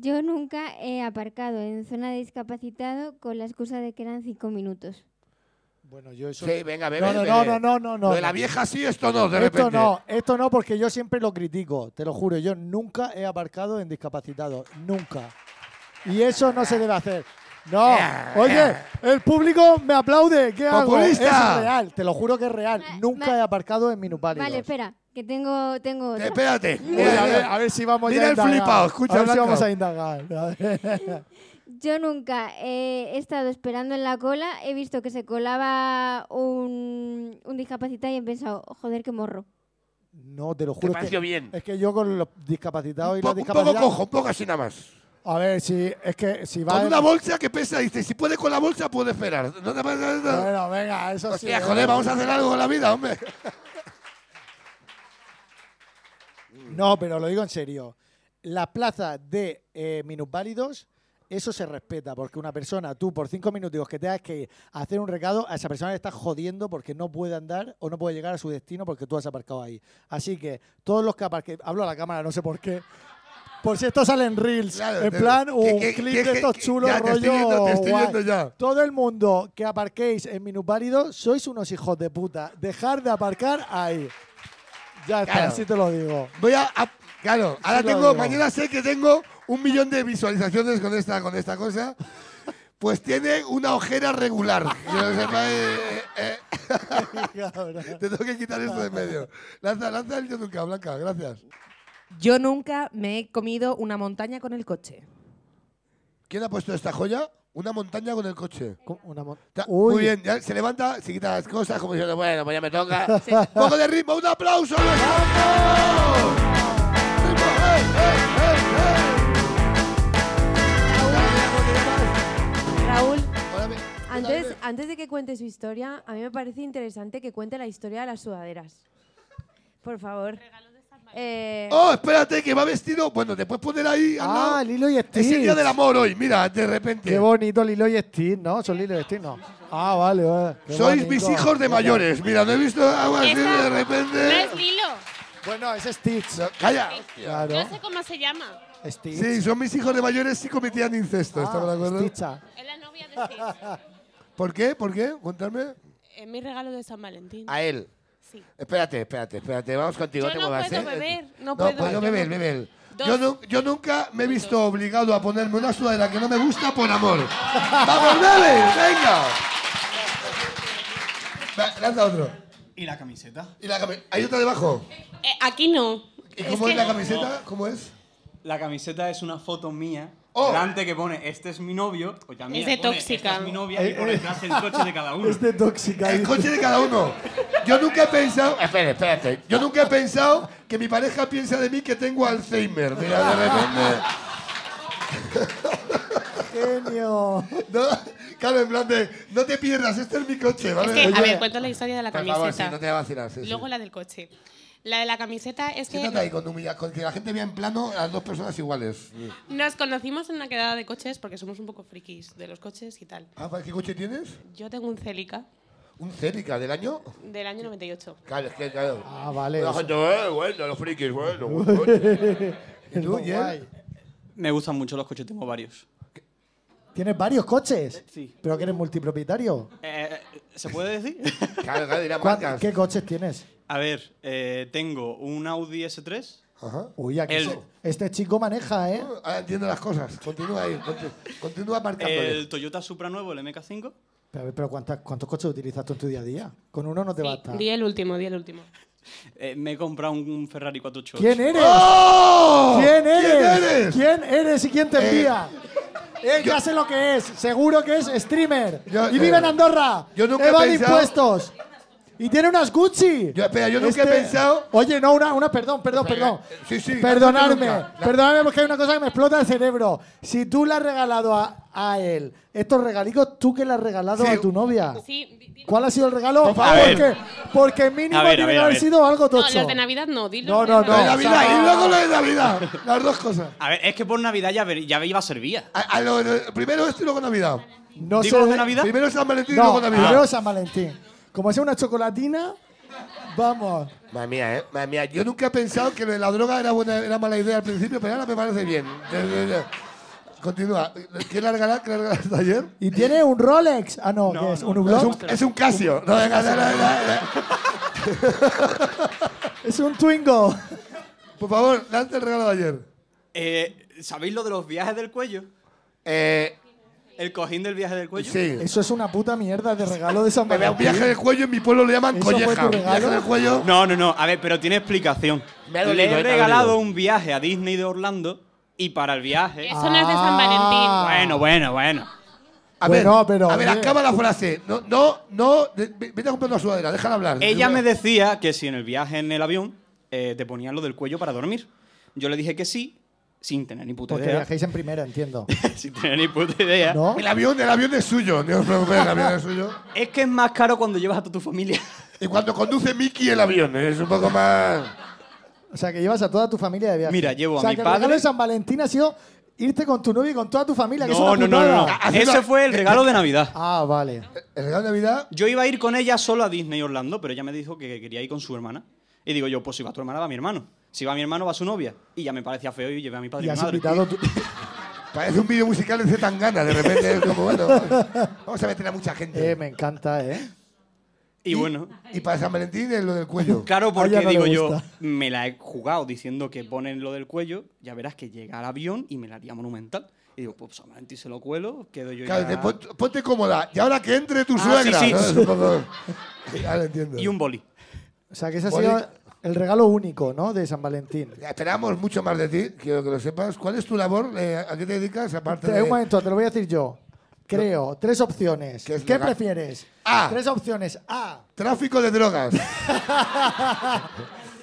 J: Yo nunca he aparcado en zona de discapacitado con la excusa de que eran cinco minutos.
D: Bueno, yo eso.
C: Sí, venga, bebe,
D: no, no,
C: bebe.
D: no, no, no, no, no.
C: Lo de la vieja sí, esto no, de
D: esto
C: repente.
D: no, esto no, porque yo siempre lo critico, te lo juro. Yo nunca he aparcado en discapacitado, nunca. Y eso no se debe hacer.
C: Eh,
D: No, oye, el público me aplaude, ¿qué hago?
C: ¡Populista!
D: Es real, te lo juro que es real.
J: Va-
D: Nunca
J: va-
D: he aparcado en minusválidos.
J: Vale, espera. Que tengo, tengo otra.
C: Eh, Espérate.
D: Oye,
C: Mira,
D: a, ver,
C: mira.
D: a ver si vamos ya
C: Mira
D: a
C: el
D: indagar.
C: flipado, escucha,
D: A ver si
C: Blanca.
D: vamos a indagar. A ver.
J: Yo nunca eh, he estado esperando en la cola, he visto que se colaba un, un discapacitado y he pensado, joder, qué morro.
D: No, te lo
K: Te
D: juro. Es
K: pareció
D: que,
K: bien.
D: es que yo con los discapacitados y
C: Po-
D: la
C: un poco
D: discapacidad.
C: cojo, un poco así nada más.
D: A ver, si es que si va.
C: Con una bolsa que pesa, dice, si puede con la bolsa, puede esperar. No te pasa nada.
D: Bueno, venga, eso sí.
C: Hostia,
D: eh.
C: joder, vamos a hacer algo con la vida, hombre. Mm.
D: No, pero lo digo en serio. Las plazas de eh, minusválidos, eso se respeta, porque una persona, tú por cinco minutos que tengas que ir a hacer un recado, a esa persona le estás jodiendo porque no puede andar o no puede llegar a su destino porque tú has aparcado ahí. Así que todos los que aparquen, hablo a la cámara, no sé por qué. Por si esto sale en Reels,
C: Claro,
D: en
C: te-
D: plan
C: que-
D: un
C: que-
D: clip
C: que-
D: de estos
C: que-
D: chulos,
C: ya, te
D: rollo
C: estoy viendo, te estoy
D: guay.
C: viendo ya.
D: Todo el mundo que aparquéis en minusválidos, sois unos hijos de puta. Dejar de aparcar ahí. Ya está,
C: Claro.
D: así te lo digo.
C: Voy a. a- claro, ahora
D: lo
C: tengo.
D: digo.
C: Mañana sé que tengo un millón de visualizaciones con esta, con esta cosa. Pues tiene una ojera regular. Que lo sepa, eh, eh,
D: Cabrón.
C: eh, te tengo que quitar esto de en medio. Lanza, lanza el yo nunca, Blanca, gracias.
L: Yo nunca me he comido una montaña con el coche.
C: ¿Quién ha puesto esta joya? Una montaña con el coche.
D: Co- una mo-
C: Ta-
D: Uy.
C: Muy bien, ya se levanta, se quita las cosas como diciendo, bueno, pues ya me toca. Un poco de ritmo, un aplauso. ¡Los amo! Ritmo, ¡eh, eh, eh,
F: Raúl,
C: eh! Ahora me-
F: antes, antes de que cuente su historia, a mí me parece interesante que cuente la historia de las sudaderas. Por favor. Eh,
C: Oh, espérate, que va vestido. Bueno, te puedes poner ahí. al lado.
D: Ah, Lilo y
C: es el día del
D: Stitch.
C: amor hoy, mira, de repente.
D: Qué bonito Lilo y Stitch, ¿no? Son Lilo y Stitch, ¿no. Ah, vale, vale. Qué
C: Sois
D: bonito.
C: mis hijos de mayores. Mira, no he visto algo así
H: Esta-
C: de
H: No es
C: repente.
H: Lilo.
D: Bueno, es Stitch.
C: No, Calla.
D: Claro.
H: No sé cómo se llama.
D: Stitch.
C: Sí, son mis hijos de mayores, sí cometían incesto.
D: Ah,
C: ¿Estamos de acuerdo?
D: Stitcha.
H: Es la novia de Steve.
C: ¿Por qué? ¿Por qué? Contadme.
H: Es mi regalo de San Valentín.
C: A él.
H: Sí.
C: Espérate, espérate, espérate. Vamos contigo.
H: Yo
C: te
H: no
C: muevas,
H: puedo
C: ¿eh?
H: beber, no
C: No,
H: puedo,
C: pues
H: yo
C: yo beber,
H: no-
C: beber.
H: Dos.
C: Yo, nu- yo nunca me he visto obligado a ponerme una sudadera que no me gusta por amor. ¡Vamos, dale! ¡Venga! Va, lanza otro.
K: ¿Y la camiseta?
C: ¿Y la cami- ¿Hay otra debajo?
H: Eh, aquí no.
C: ¿Y
H: Es
C: cómo
H: que-
C: es la camiseta? ¿Cómo es?
K: La camiseta es una foto mía.
C: Oh.
K: Delante que pone, este es mi novio. O ya mía,
H: de
K: pone, "Este".
H: tóxica.
K: "Esta es mi novia
D: Eh,
K: y por detrás el coche de cada uno.
D: Es de tóxica.
C: El coche de cada uno. Yo nunca he pensado. Espera, espérate. Yo nunca he pensado que mi pareja piensa de mí que tengo Alzheimer. Mira, de repente.
D: Genio.
C: No, claro, en plan de. No te pierdas, este es mi coche, ¿vale?
H: Es que, a
C: Oye,
H: ver, cuento la historia de la
C: Por
H: camiseta.
C: favor, sí, no te vacilas. Sí, sí.
H: Luego la del coche. La de la camiseta es que
C: Siéntate ahí con humilla- con que la gente vea en plano a las dos personas iguales.
H: nos conocimos en una quedada de coches porque somos un poco frikis de los coches y tal.
C: Ah, ¿para ¿qué coche tienes?
H: Yo tengo un Celica
C: Un Celica del año.
H: del año 98.
C: Claro, es que claro.
D: Ah, vale.
C: La
D: eso.
C: gente, eh, bueno, los frikis, bueno. bueno. ¿Y tú,
D: Guay.
C: Jen?
K: Me gustan mucho los coches, tengo varios.
D: ¿Tienes varios coches?
K: Sí.
D: ¿Pero que eres multipropietario?
K: Eh, ¿Se puede decir?
C: Claro, claro, dirá
D: ¿Cuán-
C: marcas.
D: ¿Qué coches tienes?
K: a ver, eh, tengo un Audi S3.
C: Ajá.
D: Uy, aquí
K: El-
D: so- este chico maneja, ¿eh?
C: Ahora entiendo las cosas. Continúa ahí. conti- continúa marcando.
K: El Toyota Supra nuevo, el MK5.
D: Pero, a ver, pero ¿cuántas- ¿cuántos coches utilizas tú en tu día a día? Con uno no te basta.
H: Di el último, di el último.
K: Eh, me he comprado un Ferrari 488.
D: ¿Quién eres?
C: ¡Oh!
D: ¿Quién eres?
C: ¿Quién eres?
D: ¿Quién eres y quién te
C: Eh,
D: envía? Él ya sé lo que es. Seguro que es streamer.
C: Yo-
D: y vive en
C: eh,
D: Andorra.
C: yo nunca he
D: Eva de
C: pensado-
D: impuestos. Y tiene unas Gucci. Este,
C: Yo, espera, yo nunca he pensado-
D: Oye, no, una, una, perdón, perdón,
C: Espera,
D: perdón.
C: eh, sí, sí,
D: Perdonadme.
C: la Gucci nunca. La-
D: Perdonadme porque hay una cosa que me explota el cerebro. Si tú le has regalado a, a él estos regalicos, ¿tú que le has regalado
C: Sí.
D: a tu novia?
H: Sí, di- di-
D: ¿Cuál ha sido el regalo? Ah,
C: Por favor.
D: Porque, porque mínimo
K: A ver, a
D: tiene
K: ver,
D: que
K: a
D: haber
K: ver.
D: sido algo
H: No,
D: tocho.
H: los de Navidad no, di los
D: No,
H: de
D: no,
C: Lo de
H: Navidad.
D: no.
C: Navidad y luego lo de Navidad. Las dos cosas.
K: A ver, es que por Navidad ya, ver- ya iba a ser vía.
C: A- a lo- lo- primero esto y luego Navidad.
D: No
K: ¿Digo
D: sé-
K: los de Navidad?
C: Primero San Valentín y
D: No,
C: luego Navidad.
D: primero San Valentín. Como sea una chocolatina, vamos.
C: Madre mía, ¿eh? Madre mía. Yo nunca he pensado que lo de la droga era, buena, era mala idea al principio, pero ahora me parece bien. Ya, ya, ya. Continúa. ¿Quién la regalaste? ¿Quién la regalaste ayer?
D: Y tiene un Rolex. Ah, no,
K: No,
D: que es
K: no,
D: un
K: no,
C: Es
D: Hublot.
C: un, es un Casio. No, venga, no, no, no, no.
D: Es un Twingo.
C: Por favor, lanza el regalo de ayer.
K: Eh, ¿Sabéis lo de los viajes del cuello?
C: Eh,
K: Es el cojín del viaje del cuello.
D: Eso es una puta mierda de regalo de San
K: Me da
D: Valentín.
K: un viaje de
C: cuello en mi pueblo le llaman
D: ¿Eso fue
K: colleja.
D: tu regalo?
K: No, no, no. A ver, pero tiene explicación.
D: Me ha
K: Le
D: dolido, eh,
K: he
D: me ha
K: regalado
D: dolido.
K: un viaje a Disney de Orlando y para el viaje. Ah.
H: Eso no es de San Valentín.
K: Bueno, bueno, bueno.
C: A ver, a ver, acaba la frase. No, no, no. de- ve- Vete a comprar una sudadera, déjala hablar.
K: Ella me decía que si en el viaje en el avión eh, te ponían lo del cuello para dormir. Yo le dije que sí, sin tener ni puta
C: Pues
D: Porque
K: idea.
D: viajéis en primera, entiendo.
K: sin tener ni puta idea.
D: ¿No?
C: El avión, el avión es suyo. No os preocupéis, el avión es suyo.
K: Es que es más caro cuando llevas a toda tu familia.
C: Y cuando conduce Mickey el avión, ¿eh? es un poco más.
D: O sea, que llevas a toda tu familia de viaje.
K: Mira, llevo a
D: o sea,
K: mi
D: que
K: padre-
D: El regalo de San Valentín ha sido irte con tu novio y con toda tu familia. que es
K: No, no,
D: una
K: no, no, no.
D: putada.
K: Ese fue el regalo de Navidad.
D: Eh, Ah, vale.
C: ¿El regalo de Navidad?
K: Yo iba a ir con ella solo a Disney Orlando, pero ella me dijo que quería ir con su hermana. Y digo yo, pues si va tu hermana, va mi hermano. Si va mi hermano, va su novia. Y ya me parecía feo y llevé a mi padre y, mi
D: Y has
K: madre.
D: invitado tu-
C: Parece un vídeo musical de Zetangana, de repente es como, bueno, vamos a meter a mucha gente.
D: Eh, me encanta, ¿eh?
K: Y bueno.
C: Y para San Valentín es lo del cuello.
K: Claro, porque
D: A ella no
K: digo
D: le
K: yo,
D: gusta.
K: me la he jugado diciendo que ponen lo del cuello, ya verás que llega al avión y me la haría monumental. Y digo, pues San Valentín se lo cuelo, quedo yo
C: Claro,
K: ya-
C: te pon- ponte cómoda. Y ahora que entre tu
K: Ah,
C: suegra.
K: sí, sí.
C: ¿no? Es un poco- Ya lo entiendo.
K: Y un boli.
D: O sea, que ese ha
C: Bonito.
D: sido el regalo único, ¿no? De San Valentín.
C: Esperamos mucho más de ti, quiero que lo sepas. ¿Cuál es tu labor? Eh, ¿A qué te dedicas? Aparte
D: Te- Un
C: de...
D: momento, te lo voy a decir yo. Creo, tres opciones. ¿Qué,
C: es lo que-
D: prefieres?
C: A.
D: Tres opciones. A.
C: Tráfico de drogas.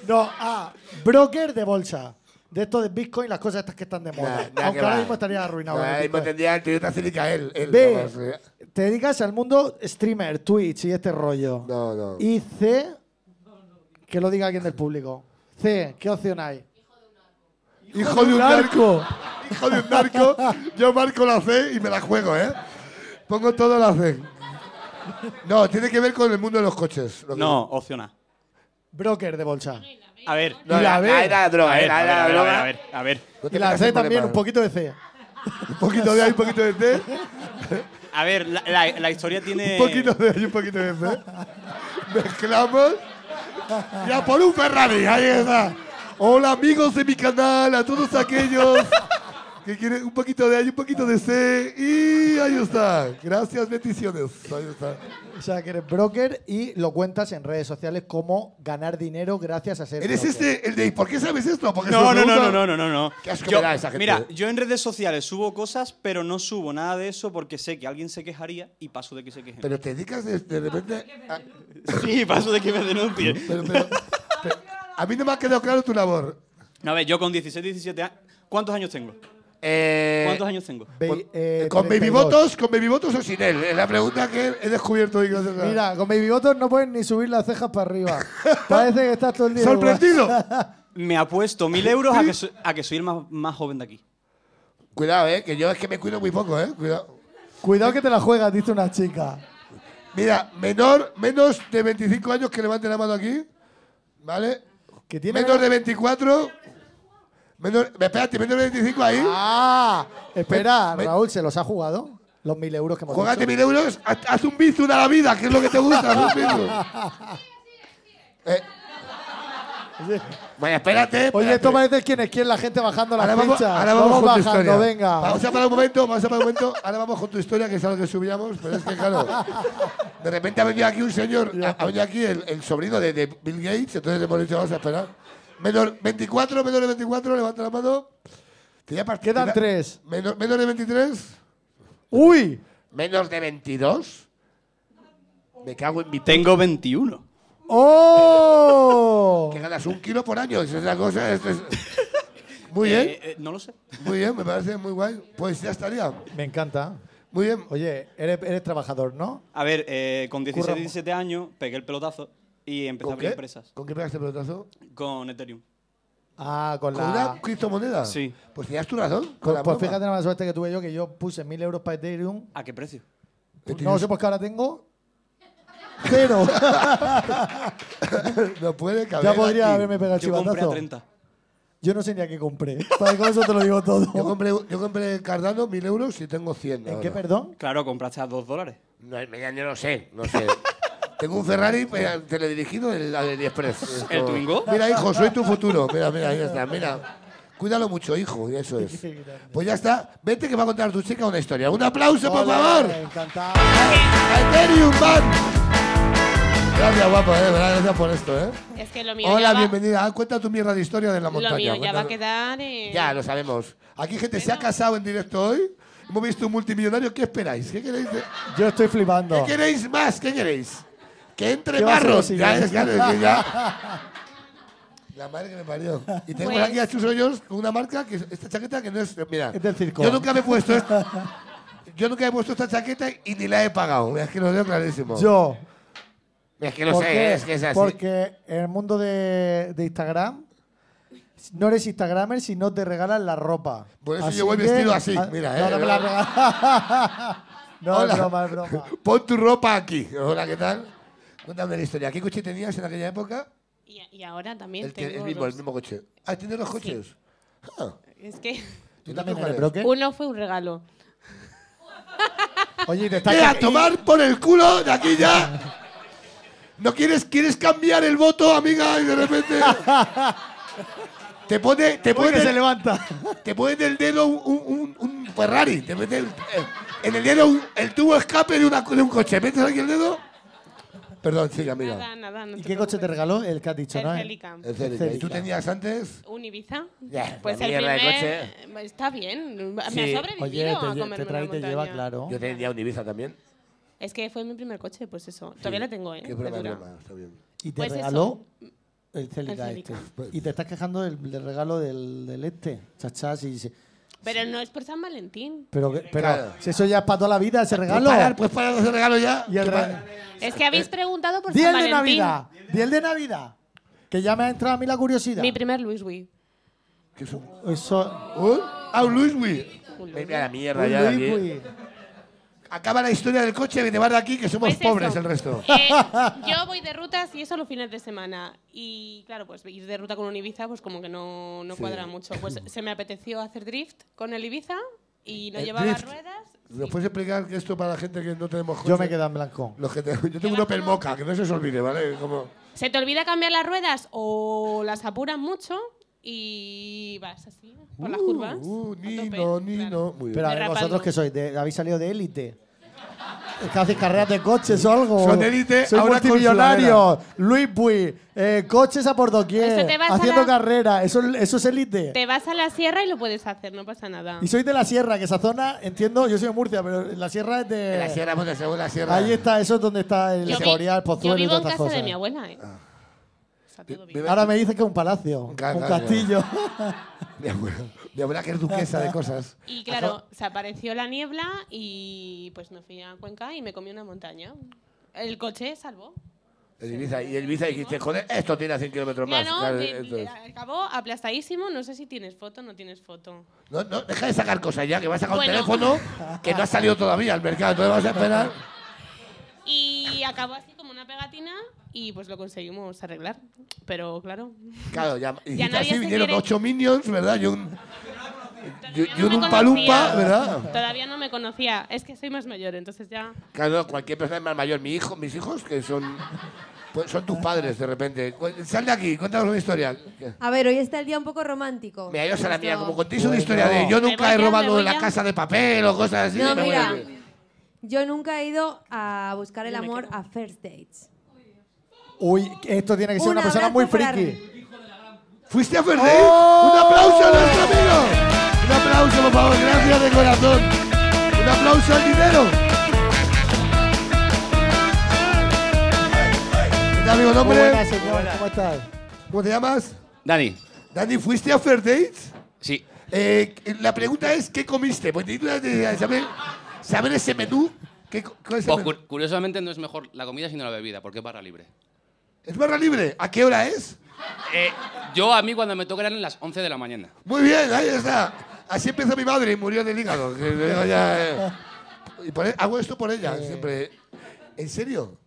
D: No, A. Broker de bolsa. De esto de Bitcoin, las cosas estas que están de moda.
C: Nah, nah,
D: Aunque
C: que
D: ahora
C: va.
D: mismo estaría arruinado.
C: Nah,
D: con el
C: ahí
D: Bitcoin.
C: tendría el Toyota Celica él. él,
D: B.
C: vamos, eh.
D: Te dedicas al mundo streamer, Twitch y este rollo.
C: No, no.
D: Y C. Que lo diga alguien del público. C. ¿Qué opción hay?
C: Hijo de un narco. Hijo de un narco. Yo marco la C y me la juego, ¿eh? Pongo todo la C. No, tiene que ver con el mundo de los coches. lo que-
K: No, opción A.
D: Broker de bolsa.
K: A ver.
C: No, Y la la- B. la era droga,
K: A ver,
C: era-
K: a ver,
C: era
K: a ver,
C: droga.
K: A ver, a ver.
C: No te
D: Y la
C: metas
D: C
C: en
D: también,
C: problemas.
D: un poquito de C.
C: Un poquito de A y un poquito de C.
K: A ver, la, la- la historia tiene.
C: Un poquito de A y un poquito de C. Mezclamos. Ya por un Ferrari, ahí está. Hola amigos de mi canal, a todos aquellos que quieren un poquito de A y un poquito de C. Y ahí está. Gracias, bendiciones. Ahí está.
D: O sea, que eres broker y lo cuentas en redes sociales como ganar dinero gracias a ser
C: ¿Eres
D: broker.
C: este, el de por qué sabes esto? Porque
K: No,
C: se
K: no, no,
C: pregunta-
K: no, no, no, no, no.
C: Qué asco
K: Yo-
C: me da esa gente. eh.
K: Mira, yo en redes sociales subo cosas, pero no subo nada de eso porque sé que alguien se quejaría y paso de que se quejen.
C: Pero te dedicas de, de repente. A,
K: Sí, paso de que me denuncie.
C: pero, pero- pero- a mí no me ha quedado claro tu labor.
K: No, a ver, yo con 16, 17 años. ¿Cuántos años tengo?
C: Eh,
K: ¿Cuántos años tengo?
D: Ve- eh,
C: ¿Con
D: 32.
C: baby votos, con baby votos o sin él? Es la pregunta que he descubierto hoy. gracias a-
D: Mira, con baby votos no puedes ni subir las cejas para arriba. Parece que estás todo el día.
C: ¡Sorprendido!
K: Me apuesto mil euros a que, so- a que soy el más, más joven de aquí.
C: Cuidado, eh, que yo es que me cuido muy poco, eh. Cuidado.
D: Cuidado que te la juegas, dice una chica.
C: Mira, menor, menos de 25 años que levante la mano aquí. ¿Vale?
D: Que tiene
C: Menos de 24. Menos, espérate, menos de 25 ahí.
D: Ah, espera,
C: Me- me-
D: Raúl, ¿se los ha jugado? Los mil euros que hemos
C: Jugate
D: dicho.
C: mil euros, haz, haz un bizu de la vida, que es lo que te gusta. haz un bizu. Eh, Bueno, espérate.
D: Oye,
C: espérate.
D: esto parece quién es quién, la gente bajando las
C: Ahora vamos,
D: fichas.
C: ahora vamos con tu
D: bajando,
C: historia.
D: venga.
C: Vamos a parar un momento, vamos a parar un momento. Ahora vamos con tu historia, que es algo que subíamos, pero es que claro. De repente ha venido aquí un señor, ha- ha venido aquí el, el sobrino de, de Bill Gates, entonces hemos dicho, vamos a esperar. Menor 24, menor de 24, levanta la mano. Te voy a partir-
D: Quedan
C: te da-
D: tres.
C: Menor, menor de 23,
D: ¡Uy!
C: menos de 22. Me cago en mi
K: Tengo 21.
D: ¡Oh!
C: Que ganas un kilo por año, esa es la cosa. esto es- Muy
K: Eh,
C: bien,
K: eh, no lo sé.
C: muy bien, me parece muy guay. Pues ya estaría.
D: Me encanta.
C: Muy bien.
D: Oye, eres, eres trabajador, ¿no?
K: A ver, eh, con 16,
D: Curramos.
K: 17 años pegué el pelotazo y empecé a
C: ¿Con
K: abrir
C: qué?
K: empresas.
C: ¿Con qué pegaste el pelotazo?
K: Con Ethereum.
D: Ah, con
C: ¿Con
D: la.
C: una criptomoneda?
K: Sí.
C: Pues tenías tu razón. Con
D: Pues,
C: la
D: pues
C: broma.
D: fíjate la mala suerte que tuve yo, que yo puse mil euros para Ethereum.
K: ¿A qué precio?
C: ¿Qué
D: No
C: tienes?
D: sé por qué ahora tengo. Cero.
C: no puede caber.
D: ya podría
C: aquí.
D: haberme pegado el
K: Yo compré a
D: chivatazo.
K: 30.
D: Yo no sé ni a qué compré. Para con eso te lo digo todo.
C: Yo compré, yo compré Cardano 1000 euros y tengo 100.
D: ¿En
C: ahora.
D: qué, perdón?
K: Claro, compraste a 2 dólares.
C: No, ya no lo sé, no sé. tengo un Ferrari pues, teledirigido del AliExpress. Es
K: ¿El
C: como,
K: Twingo?
C: Mira, hijo, soy tu futuro. Mira, mira, ahí está, mira. Cuídalo mucho, hijo, y eso es. Pues ya está. Vete que va a contar tu chica una historia. ¡Un aplauso, por
D: Ole,
C: favor!
D: Encantado.
C: ¡Ethereum, man! Gracias, guapo, eh, gracias por esto, ¿eh?
H: Es que lo mío
C: Hola,
H: ya va-
C: bienvenida. Ah, cuenta tu mierda de historia de la montaña.
H: Lo mío ya va a
C: cuéntalo.
H: quedar en...
C: Ya, lo sabemos. Aquí gente se ha casado en directo hoy. Hemos visto un multimillonario. ¿Qué esperáis? ¿Qué queréis? de-
D: Yo estoy flipando.
C: ¿Qué queréis más? ¿Qué queréis? Que entre
D: ¿Qué va a ser lo
C: barros. Ya,
D: siguiente?
C: es, claro, es que ya. La madre que me parió. Y tengo
D: Pues-
C: aquí a Chuso Jones con una marca, que es- esta chaqueta que no es. Mira.
D: Es del circo.
C: Yo nunca me he puesto esta. Yo nunca he puesto esta chaqueta y ni la he pagado. Es que lo veo clarísimo.
D: Yo.
C: Es que lo
D: ¿Por
C: sé,
D: qué?
C: es que es así.
D: Porque en el mundo de, de Instagram, no eres Instagramer si no te regalan la ropa.
C: Por eso
D: Así
C: yo voy
D: que-
C: vestido así,
D: ah,
C: mira,
D: no,
C: eh.
D: no me la regalan. no,
C: Hola.
D: es broma, es broma.
C: Pon tu ropa aquí. Hola, ¿qué tal? Cuéntame la historia. ¿Qué coche tenías en aquella época?
H: Y, y ahora también
C: El, que- el
H: tengo
C: mismo, el
H: los-
C: mismo coche. Ah, ¿tienes dos coches? Ah,
H: Es que
C: ¿tú
D: también
C: cuál
D: eres
C: es?
D: broker?
H: uno fue un regalo.
D: Oye, y te
C: Ve
D: estás
C: a tomar por el culo de aquí ya. ¿No quieres, quieres cambiar el voto, amiga? Y de repente. Te pone. Te
D: Uy, que
C: pone
D: se levanta.
C: Te pone en el dedo un, un- un- un Ferrari. Te mete el- eh, en el dedo un- el tubo escape de, una- de un coche. ¿Metes aquí el dedo? Perdón, sigue, amiga.
H: Nada, nada, no
D: ¿Y
H: te
D: qué coche te
H: preocupes.
D: regaló? El que has dicho, ¿no?
H: Angélica.
C: El Celica. ¿Y tú tenías antes?
H: ¿Un Ibiza?
C: Ya,
H: pues
C: la
H: el
C: mierda de
H: primer... Está bien, me
C: Sí.
H: ha sobrevivido
D: Oye,
H: a
D: te, lle-
H: comerme
D: te
H: una
D: trae y te lleva,
H: montaña.
D: claro.
C: Yo tenía un Ibiza también.
H: Es que fue mi primer coche, pues eso. Todavía lo tengo, ¿eh?
C: Qué broma,
H: Perdura.
C: broma, está bien.
D: Y te
H: Pues eso.
D: regaló el Celica
H: El
D: este.
H: Celica.
C: Pues-
D: Y te estás quejando del, del regalo del, del este. Chachas y... se-
H: Pero no es por San Valentín.
D: Pero, que- pero
C: Claro.
D: si eso ya es para toda la vida, ese regalo.
C: ¿Puedes parar, puedes parar ese regalo ya?
D: Y el
C: ¿Qué
D: re-
C: pa-
H: Es que habéis preguntado por
D: Día
H: San
D: de
H: Valentín.
D: Navidad. Día de Navidad. Que ya me ha entrado a mí la curiosidad.
H: Mi primer Louis Vuitton.
C: ¿Qué es un-
D: Eso. ¿eh?
C: ¿Un? Ah, un Luis Wii. Mira la mierda
D: Un
C: ya.
D: Louis
C: aquí.
D: Vuitton.
C: Acaba la historia del coche que te vas de aquí, que somos
H: Pues eso.
C: pobres el resto.
H: Eh, yo voy de rutas y eso los fines de semana. Y claro, pues ir de ruta con un Ibiza, pues como que no, no
C: Sí.
H: cuadra mucho. Pues se me apeteció hacer drift con el Ibiza y no
C: Eh,
H: llevaba
C: drift.
H: ruedas.
C: ¿Nos puedes explicar que esto para la gente que no tenemos coche?
D: Yo me quedo en blanco.
C: Los que te- yo tengo un Opel Mocha, que no se os olvide, ¿vale? Como...
H: Se te olvida cambiar las ruedas o las apuran mucho y vas así, por las
C: Uh,
H: curvas.
C: uh,
H: a
C: Nino,
H: tope.
C: Nino. Muy bien.
D: Pero a ver,
H: Derrapando.
D: vosotros que sois, de, habéis salido de élite. Es que hacéis carreras de coches o algo.
C: Son élite,
D: Sois
C: ahora con
D: multimillonarios. Luis Bui, eh, coches a por doquier.
H: Eso te vas a
D: haciendo
H: la-
D: carreras. Eso, eso es élite.
H: Te vas a la sierra y lo puedes hacer, no pasa nada.
D: Y sois de la sierra, que esa zona, entiendo, yo soy de Murcia, pero la sierra es de.
C: En la sierra, bueno, según la sierra.
D: Ahí está, eso es donde está el
H: Yo vi-
D: Escorial,
H: yo
D: Pozuelo y
H: vivo en
D: todas
H: casa
D: estas cosas. Ah.
H: de mi abuela, ¿eh? Está todo bien.
C: Vive-
D: Ahora me dices que es un palacio, un
C: Claro, claro.
D: castillo.
C: Mi abuela, mi abuela que es duquesa de cosas.
H: Y claro, se apareció la niebla y pues me fui a Cuenca y me comí una montaña. El coche salvó.
C: El Ibiza, y el Ibiza dijiste, joder, esto tiene a 100 kilómetros más.
H: Claro,
C: Claro,
H: de-
C: esto es.
H: acabó aplastadísimo. No sé si tienes foto o no tienes foto.
C: No, no, deja de sacar cosas ya, que vas a sacar
H: Bueno.
C: un teléfono que no ha salido todavía al mercado. Entonces vamos a esperar.
H: Y acabó así como una pegatina y pues lo conseguimos arreglar. Pero claro,
C: Claro, ya, y
H: Ya nadie
C: así
H: se
C: vinieron
H: quiere-
C: ocho minions, ¿verdad? Y un, y, y
H: no
C: un
H: me
C: Oompa Loompa,
H: conocía.
C: ¿verdad?
H: todavía no me conocía. Es que soy más mayor, entonces ya...
C: Claro, cualquier persona es más mayor. Mi hijo, mis hijos, que son, pues, son tus padres de repente. Cu- Sal de aquí, cuéntanos una historia.
F: A ver, hoy está el día un poco romántico.
C: Mira, yo se la mía,
F: No.
C: como contéis una
D: Bueno.
C: historia de yo
H: Me
C: nunca
H: voy
C: he
H: ya, me
C: robado
H: voy
C: la
H: ya.
C: casa de papel o cosas así.
F: No,
C: me voy
F: mira.
C: a ir.
F: Yo nunca he ido a buscar el
H: Yo me
F: amor
H: quedo.
F: a first dates.
D: Uy, esto tiene que ser
F: Un
D: una persona
F: abrazo
D: muy
F: para
D: friki. ¡Oh!
C: ¿Fuiste a perder? ¡Un aplauso a nuestro amigo! Un aplauso, por favor, gracias de corazón. Un aplauso al dinero. ¿Qué tal, amigo,
D: Muy
C: nombre?
D: buenas, señor, ¿cómo estás?
C: ¿Cómo te llamas?
G: Dani,
C: Dani, ¿fuiste a Fair Dates?
G: sí.
C: Eh, la pregunta es, ¿qué comiste? Pues necesito saber, saber ese menú. ¿Qué, co- cuál es, el
M: Pues,
C: menú?
M: cu- curiosamente no es mejor la comida sino la bebida, porque es barra libre.
C: ¿Es barra libre? ¿A qué hora es?
M: Eh, yo a mí cuando me toca eran las 11 de la mañana.
C: Muy bien, ahí está. Así empezó mi madre y murió del hígado. que le digo ya, eh. Y por e- hago esto por ella, siempre. ¿En serio?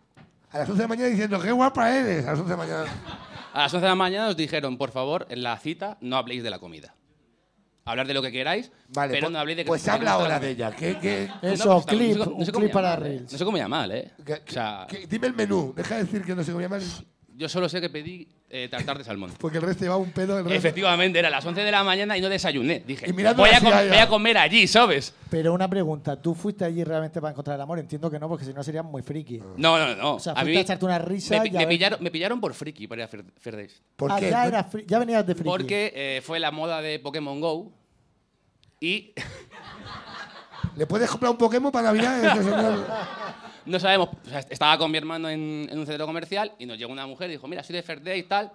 C: A las 11 de la mañana diciendo, qué guapa eres. A las 11 de la mañana.
M: A las 11 de la mañana os dijeron, por favor, en la cita no habléis de la comida. Hablar de lo que queráis,
C: Vale,
M: pero
C: pues,
M: no habléis de que
C: pues
M: que
C: habla
M: gusta la
C: ahora de
M: comida.
C: ella. ¿Qué, qué-
D: Eso,
M: No, pues, no sé
D: clip,
M: cómo- no sé
D: un
M: cómo
D: clip para
M: llamarle,
D: Reels.
M: No sé cómo llamar, ¿eh?
C: qué-
M: O sea,
C: qué- dime el menú. Deja de decir que no sé cómo llamar.
M: yo solo sé que pedí eh, tartar de salmón.
C: Porque el resto llevaba un pedo. El resto.
M: Efectivamente, era las 11 de la mañana y no desayuné. Dije, voy a,
D: mirando la
M: com-
D: ciudad ya.
M: voy a comer allí, ¿sabes?
D: Pero una pregunta, ¿tú fuiste allí realmente para encontrar el amor? Entiendo que no, porque si no serían muy friki.
M: No, no, no.
D: O sea,
M: A
D: fuiste
M: mí
D: a echarte una risa
M: Me,
D: y
M: pi-
D: a
M: me
D: ver-
M: pillaron, me pillaron por friki para ir a Fer- Ferdays.
D: Ah, ya, eras fri- ya venías de friki.
M: Porque eh, fue la moda de Pokémon Go y
C: ¿Le puedes comprar un Pokémon para Navidad? Este señor?
M: no sabemos. o sea, estaba con mi hermano en, en un centro comercial y nos llegó una mujer y dijo: Mira, soy de Ferdays y tal.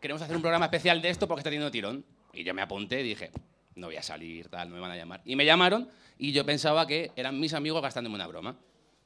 M: Queremos hacer un programa especial de esto porque está teniendo tirón. Y yo me apunté y dije: No voy a salir, tal, no me van a llamar. Y me llamaron y yo pensaba que eran mis amigos gastándome una broma.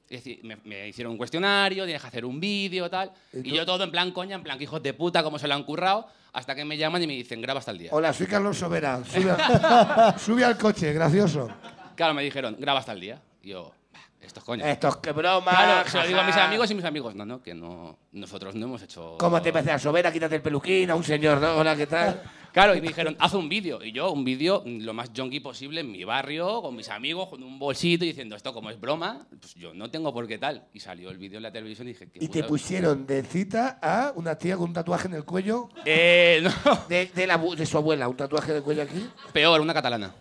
M: Es decir, me, me hicieron un cuestionario, tienes que hacer un vídeo, tal. Y yo todo en plan coña, en plan que hijos de puta, cómo se lo han currado, hasta que me llaman y me dicen, graba hasta el día.
C: Hola, soy Carlos Sobera. Sube, a- sube al coche, gracioso.
M: Claro, me dijeron, graba hasta el día. Y yo, "Bah, estos coños.
C: Estos que broma,
M: Claro, se lo digo a mis
C: jaja.
M: amigos y mis amigos, no, no, que no, nosotros no hemos hecho...
C: ¿Cómo te parece a Sobera? Quítate el peluquín a un señor, ¿no? Hola, ¿qué tal?
M: Claro, y me dijeron, haz un vídeo. Y yo, un vídeo mm, lo más junkie posible en mi barrio, con mis amigos, con un bolsito, y diciendo, esto como es broma, pues yo no tengo por qué tal. Y salió el vídeo en la televisión y dije, "Qué
C: Y te
M: puta-
C: pusieron de cita a una tía con un tatuaje en el cuello.
M: Eh, no.
C: De, de la abu- de su abuela, un tatuaje en el cuello aquí.
M: Peor, una catalana.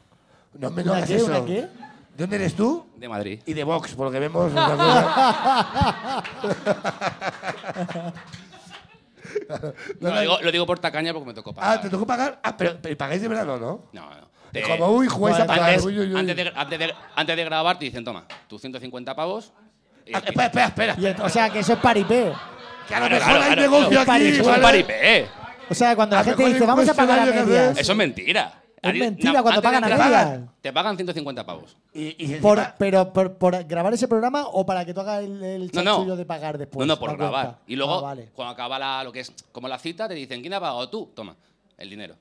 C: No me no
M: ¿Una
C: hagas
M: qué,
C: eso.
M: una qué?
C: ¿De dónde eres tú?
M: De Madrid.
C: Y de Vox, porque vemos. otra cosa.
M: No, lo, digo, lo digo por tacaña porque me tocó pagar.
C: ah, te tocó pagar. Ah, pero, pero pagáis de verano, ¿no?
M: No, no.
C: Y como, uy, juegas a pagar,
M: Antes,
C: uy, uy, uy.
M: antes de, antes de- antes de grabar te dicen, toma, tus 150 pavos.
C: Ah, espera, espera, espera.
D: Y ent- o sea, que eso es paripé.
M: Que a lo
C: mejor hay negocio
M: es un
C: aquí,
M: paripé, es un
C: ¿vale?
M: paripé.
D: O sea, cuando la
M: lo
D: gente
M: mejor
D: dice,
M: hay
D: vamos a pagar a
M: cuestionario que
D: medias.
M: hacer. Eso es mentira.
D: Es
M: Ari-
D: mentira
M: na-
D: cuando
M: antes de
D: pagan a
M: grabar,
D: medias.
M: Te pagan 150 pavos.
D: Por- pero por, por grabar ese programa o para que tú hagas el, el
M: No, no.
D: chanchullo de pagar después.
M: no,
C: Pues,
M: no, por
D: cuenta.
M: grabar. Y luego,
D: Ah, vale.
M: cuando acaba la, lo que es como la cita, te dicen, ¿quién ha pagado tú? Toma, el dinero.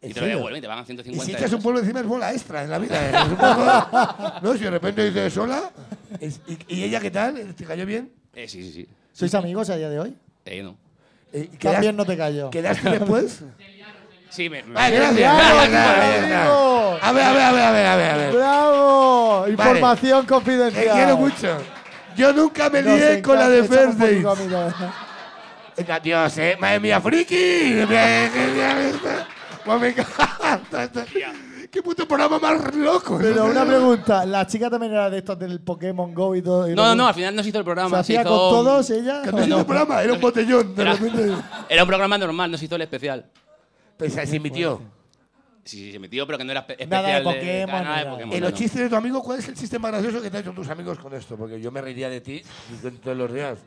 M: Y
C: ¿En
M: te lo
C: serio?
M: devuelven y te pagan
C: Y
M: 150
C: si echas
M: euros.
C: un pueblo encima es bola extra en la vida. ¿eh? Es un poco- ¿No? Si de repente dices sola. es- y, y ella qué tal? ¿Te cayó bien?
M: Eh, sí, sí, sí.
D: ¿Sois amigos a día de hoy?
M: Eh, no.
C: Eh,
D: También no te callo.
C: ¿Quedaste después?
M: Sí, me... me-
C: Ah, gracias.
D: Bravo,
C: Bien, bien,
D: amigo.
C: bien. A ver, a ver, a ver, a ver, a ver, a ver.
D: ¡Bravo! Información
C: Te
D: confidencial.
C: quiero mucho. Yo nunca me
D: Nos
C: lié con la
D: encanta,
C: de
D: somos
C: First Dates.
D: público amigo.
C: Venga, Dios, eh. Madre mía, friki. Pues me encanta. Qué puto programa más loco.
D: Pero
C: ¿no?
D: una pregunta, ¿la chica también era de estos del Pokémon Go y todo? y
M: No, no,
D: todo?
M: no, al final no se hizo el programa.
D: ¿Se hacía
M: hizo
D: con
M: un-
D: todos ella?
M: Que no hizo el programa,
C: era un botellón.
M: Era, era un programa normal, no se hizo el especial.
C: Pensáis, se emitió.
M: Sí, sí, se metió, pero que no era espe- especial.
D: Nada de
M: de-
D: Pokémon,
M: nada de
D: nada.
M: Pokémon,
C: En
M: no,
C: los
M: no.
C: chistes de tu amigo, ¿cuál es el chiste más gracioso que te han hecho tus amigos con esto? Porque yo me reiría de ti todos los días.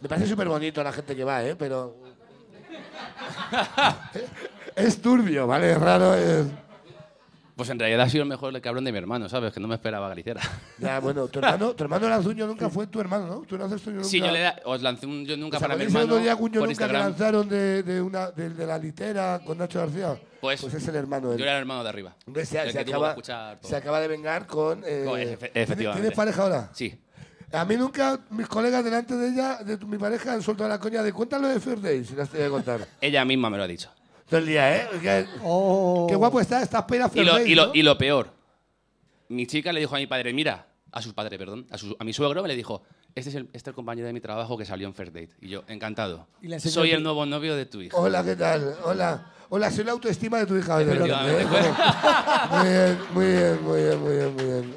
C: Me parece súper bonito la gente que va, ¿eh? Pero. es turbio, ¿vale? Es raro. es-
M: Pues en realidad ha sido el mejor cabrón de mi hermano, ¿sabes? Que no me esperaba Galicera.
C: Ya, bueno, tu hermano, tu hermano Lanzuño nunca fue tu hermano, ¿no? Tú lanzaste un yo nunca. Pues
M: Sí, yo le da- os lancé un yo nunca
C: ¿Os
M: para mi
C: acordáis el
M: hermano
C: otro día que un yo
M: por
C: nunca que
M: Instagram.
C: lanzaron de, de una, de, de la litera con Nacho García?
M: Pues,
C: es el hermano de él.
M: Yo era el hermano de arriba.
C: Hombre, se,
M: El
C: se
M: que tuvo que
C: acaba,
M: escuchar todo.
C: se acaba de vengar con. eh,
M: Con- efe- efectivamente.
C: ¿Tienes pareja ahora?
M: Sí.
C: A mí nunca, mis colegas delante de ella, de tu- mi pareja, han soltado la coña de cuéntalo de Fair Day, si las te voy a contar.
M: Ella misma me lo ha dicho.
C: Todo el día, ¿eh? Qué,
D: Oh.
C: qué guapo está, estás pena
M: Y
C: Fair
M: lo,
C: Days,
M: y, lo-
C: ¿no?
M: y lo peor, mi chica le dijo a mi padre, mira, a su padre, perdón, a, su- a mi suegro, me le dijo, este es el, este es el compañero de mi trabajo que salió en First Date. Y yo, encantado.
D: Y le enseñó
M: Soy
D: el-
M: el nuevo novio de tu hijo.
C: Hola, ¿qué tal? Hola. Hola, soy la autoestima de tu hija. Oye,
M: Efectivamente,
C: ¿eh?
M: pues.
C: Muy bien, muy bien, muy bien, muy bien, muy bien.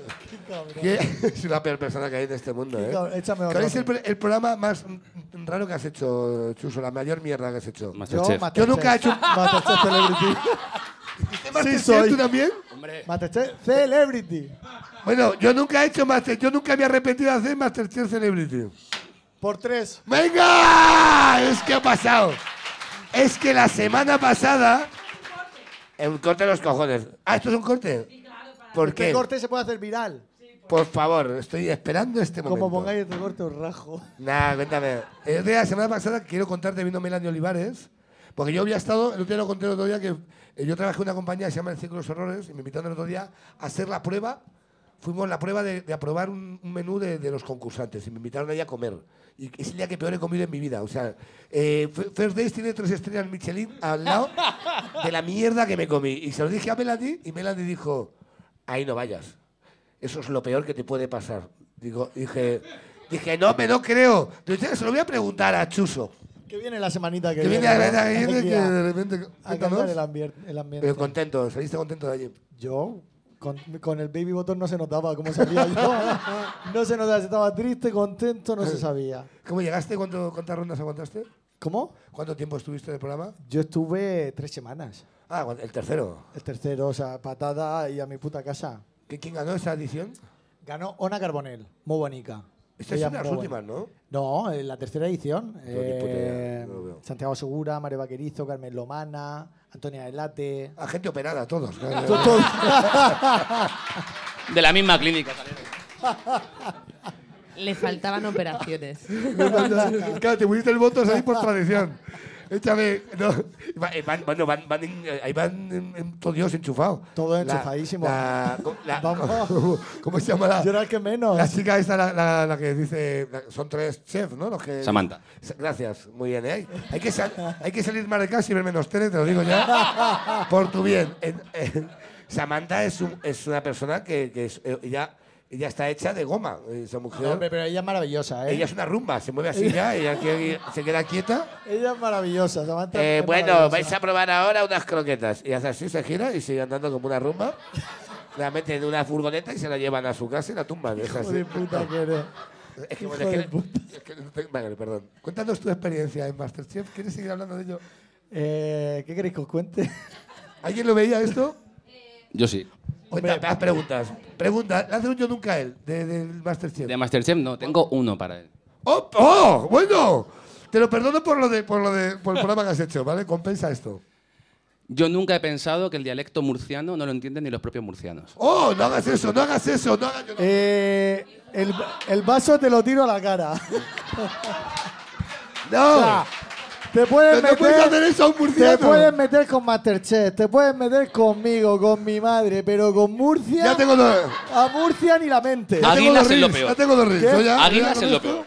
C: ¿Qué? Es la peor persona que hay en este mundo, ¿eh?
D: cabrón, échame otro.
C: ¿Cuál es el, pro- el programa más mm, raro que has hecho, Chuso? La mayor mierda que has hecho.
D: Masterchef.
C: Yo nunca he hecho...
D: Masterchef Celebrity.
C: Masterchef, ¿tú también?
D: Masterchef Celebrity.
C: Bueno, yo nunca he hecho Master... Yo nunca me he arrepentido de hacer Masterchef Celebrity.
D: Por tres.
C: ¡Venga! Es que ha pasado. Es que la semana pasada... Un corte de los cojones. Ah, ¿esto es un corte? ¿Por
D: este
C: qué?
D: corte se puede hacer viral.
C: Por favor, estoy esperando este momento.
D: Como pongáis este corte, os rajo.
C: Nah, Ah, cuéntame. El otro día, la semana pasada, quiero contarte, vino Melanie Olivares, porque yo había estado, el otro día lo conté el otro día, que eh, yo trabajé en una compañía que se llama El Círculo de los Horrores, y me invitaron el otro día a hacer la prueba, fuimos la prueba de, de aprobar un, un menú de, de los concursantes, y me invitaron allí a comer. Y es el día que peor he comido en mi vida. O sea, eh, F- First Days tiene tres estrellas Michelin al lado de la mierda que me comí. Y se lo dije a Melanie, y Melanie dijo, ahí no vayas. Eso es lo peor que te puede pasar. Digo, dije, dije, no me lo creo. Digo, "Ya, se lo voy a preguntar a Chuso.
D: Que viene la semanita que,
C: Que viene la
D: ¿no?
C: semana que viene,
D: Aquí
C: que
D: a-
C: de repente-
D: A cambiar
C: cuéntanos.
D: el, ambier- el ambiente.
C: Pero contento, saliste contento de allí.
D: Yo, con, con el baby botón no se notaba cómo salía yo. No se notaba si estaba triste, contento, no se sabía.
C: Eh, ¿Cómo llegaste? ¿Cuánto- ¿Cuántas rondas aguantaste?
D: ¿Cómo?
C: ¿Cuánto tiempo estuviste en el programa?
D: Yo estuve tres semanas.
C: Ah, el tercero.
D: El tercero, o sea, patada y a mi puta casa.
C: ¿Qué- ¿Quién ganó esa edición?
D: Ganó Ona Carbonell, muy bonita.
C: Estas
D: Ella
C: son las
D: muy
C: últimas,
D: buena.
C: ¿no?
D: No, en la tercera edición.
C: Pero qué puta
D: Eh,
C: idea, no lo veo.
D: Santiago Segura, Mario Vaquerizo, Carmen Lomana, Antonia Delate.
C: A gente operada, todos.
D: todos.
M: De la misma clínica.
L: Le faltaban operaciones.
C: claro, te pusiste el voto ahí por tradición. Échame. No. Va- eh, Van, bueno, van, van en- eh, ahí van en, en todo Dios enchufado.
D: Todo
C: La-
D: enchufadísimo.
C: la- co- la-
D: Vamos.
C: co- ¿Cómo se llama la,
D: Yo era el que menos.
C: la chica esta, la, la- la que dice. la- son tres chefs, ¿no? Los que,
M: Samantha.
C: Sa- Gracias, muy bien. ¿eh? Hay, hay que sal- hay que salir más de casa y ver menos tele, te lo digo ya. por tu bien. En- en- Samantha es, un- es una persona que, que es- eh, ella, ella está hecha de goma. eh, Esa mujer.
D: Ah, No, hombre, pero ella es maravillosa, ¿eh?
C: Ella es una rumba, se mueve así ya, ella aquí- se queda quieta.
D: Ella es maravillosa, Samantha.
C: Eh,
D: es
C: bueno,
D: maravillosa.
C: vais a probar ahora unas croquetas. Y hace así, se gira y sigue andando como una rumba. La meten en una furgoneta y se la llevan a su casa y la tumban. Es
D: Hijo
C: así.
D: de puta que eres.
C: Es que,
D: Hijo
C: bueno, es que-
D: de puta.
C: es que- vale, perdón. Cuéntanos tu experiencia en Masterchef. ¿Quieres seguir hablando de ello?
D: Eh, ¿Qué queréis que os cuente?
C: ¿Alguien lo veía esto?
M: Yo sí.
C: Cuéntame, haz preguntas. Pregunta, hazle un yo nunca él, de- del Masterchef.
M: De Masterchef no, tengo uno para él.
C: ¡Oh! ¡Oh! ¡Bueno! Te lo perdono por lo de, por lo de, por el programa que has hecho, ¿vale? Compensa esto.
M: Yo nunca he pensado que el dialecto murciano no lo entienden ni los propios murcianos.
C: ¡Oh! No hagas eso, no hagas eso, Ah, no hagas.
D: Eh, el, el vaso te lo tiro a la cara.
C: ¡No!
D: O sea, te pueden
C: Pero no
D: meter,
C: puedes hacer eso a un murciano.
D: Te pueden meter con Masterchef, te pueden meter conmigo, con mi madre, pero con Murcia.
C: Ya tengo dos.
D: A Murcia ni la
M: Ya
D: mente.
M: tengo Águilas dos es lo reels, peor. ya tengo dos reels.
D: ¿Qué?
M: Yo ya- Águilas ya es lo
D: ¿Que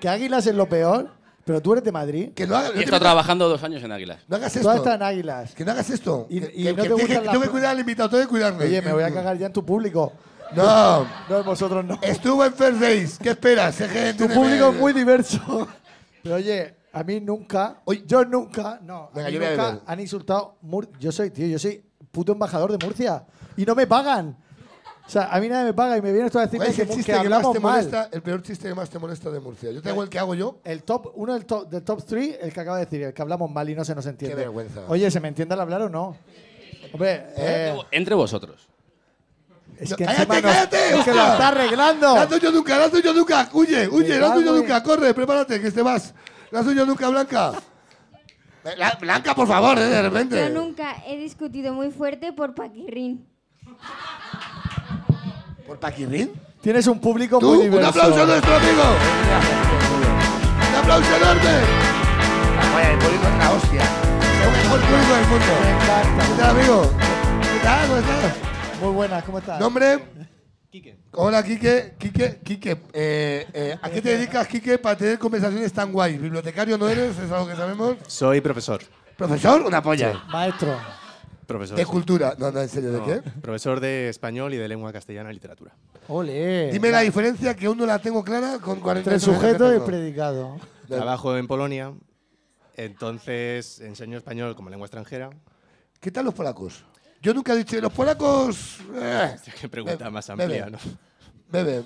D: ¿Que Águilas es lo peor? Pero tú eres de Madrid.
C: Que lo hagas.
M: Y he estado trabajando dos años en Águilas.
C: No hagas
D: Tú
C: esto.
D: has estado en Águilas.
C: Que no hagas esto.
D: Y,
C: Que-
D: y
C: que-
D: no
C: que-
D: te
C: que-
D: gustan
C: que
D: las-
C: tengo que cuidar al invitado, tengo que cuidarme.
D: Oye, me voy a cagar ya en tu público.
C: No.
D: No, vosotros no.
C: Estuvo en First Days. ¿Qué esperas? Es que
D: Tu
C: tiene-
D: público es muy diverso. Pero oye, a mí nunca, yo nunca, no, a
C: Venga,
D: mí
C: yo voy a
D: nunca
C: beber.
D: han insultado. Mur- yo soy, tío, yo soy puto embajador de Murcia y no me pagan. O sea, a mí nadie me paga y me vienen todos a decir
C: ¿Cuál es
D: que,
C: el
D: mu-
C: chiste
D: que
C: que más
D: hablamos
C: te
D: mal.
C: molesta? El peor chiste que más te molesta de Murcia. Yo te hago el que hago yo.
D: El top, uno del top, del top 3, el que acaba de decir, el que hablamos mal y no se nos entiende.
C: vergüenza.
D: Oye, ¿se me entiende al hablar o no? Hombre, eh,
M: Entre vosotros.
D: es que
C: ¡Cállate,
D: encima nos-
C: cállate!
D: es que lo
C: hostia!
D: está arreglando.
C: La tuya nunca, la tuya nunca. Huye, huye,
D: Me
C: la tuya
D: cago en-
C: nunca. Corre, prepárate, que te vas. La tuya nunca, Blanca. Eh, la- Blanca, por favor, eh, de
J: Yo
C: repente.
J: nunca he discutido muy fuerte por paquirrín.
C: ¿Por Paquirrín?
D: Tienes un público
C: Tú,
D: muy
C: un
D: diverso.
C: aplauso a nuestro amigo. Un aplauso enorme. Ah, Vaya, el público es la hostia. Es el mejor público del mundo. ¿Qué tal, amigo? ¿Qué tal? ¿Cómo estás?
D: Muy buenas, ¿cómo estás?
C: Nombre. Hola, Quique. Quique, Quique. eh, eh, ¿A qué te dedicas, Quique, para tener conversaciones tan guays? ¿Bibliotecario no eres? Es algo que sabemos.
N: Soy profesor.
C: ¿Profesor? Una polla.
D: Maestro.
N: Profesor.
C: De cultura. No, no, en serio, ¿de
N: No,
C: qué?
N: Profesor de español y de lengua castellana y literatura.
D: Ole.
C: Dime la diferencia que aún no la tengo clara con 40
D: Entre el sujeto y el predicado.
N: Trabajo en Polonia, entonces enseño español como lengua extranjera.
C: ¿Qué tal los polacos? Yo nunca he dicho, los polacos... eh,
N: Qué pregunta
C: Bebe,
N: más
C: bebe.
N: amplia, ¿no?
C: Bebe,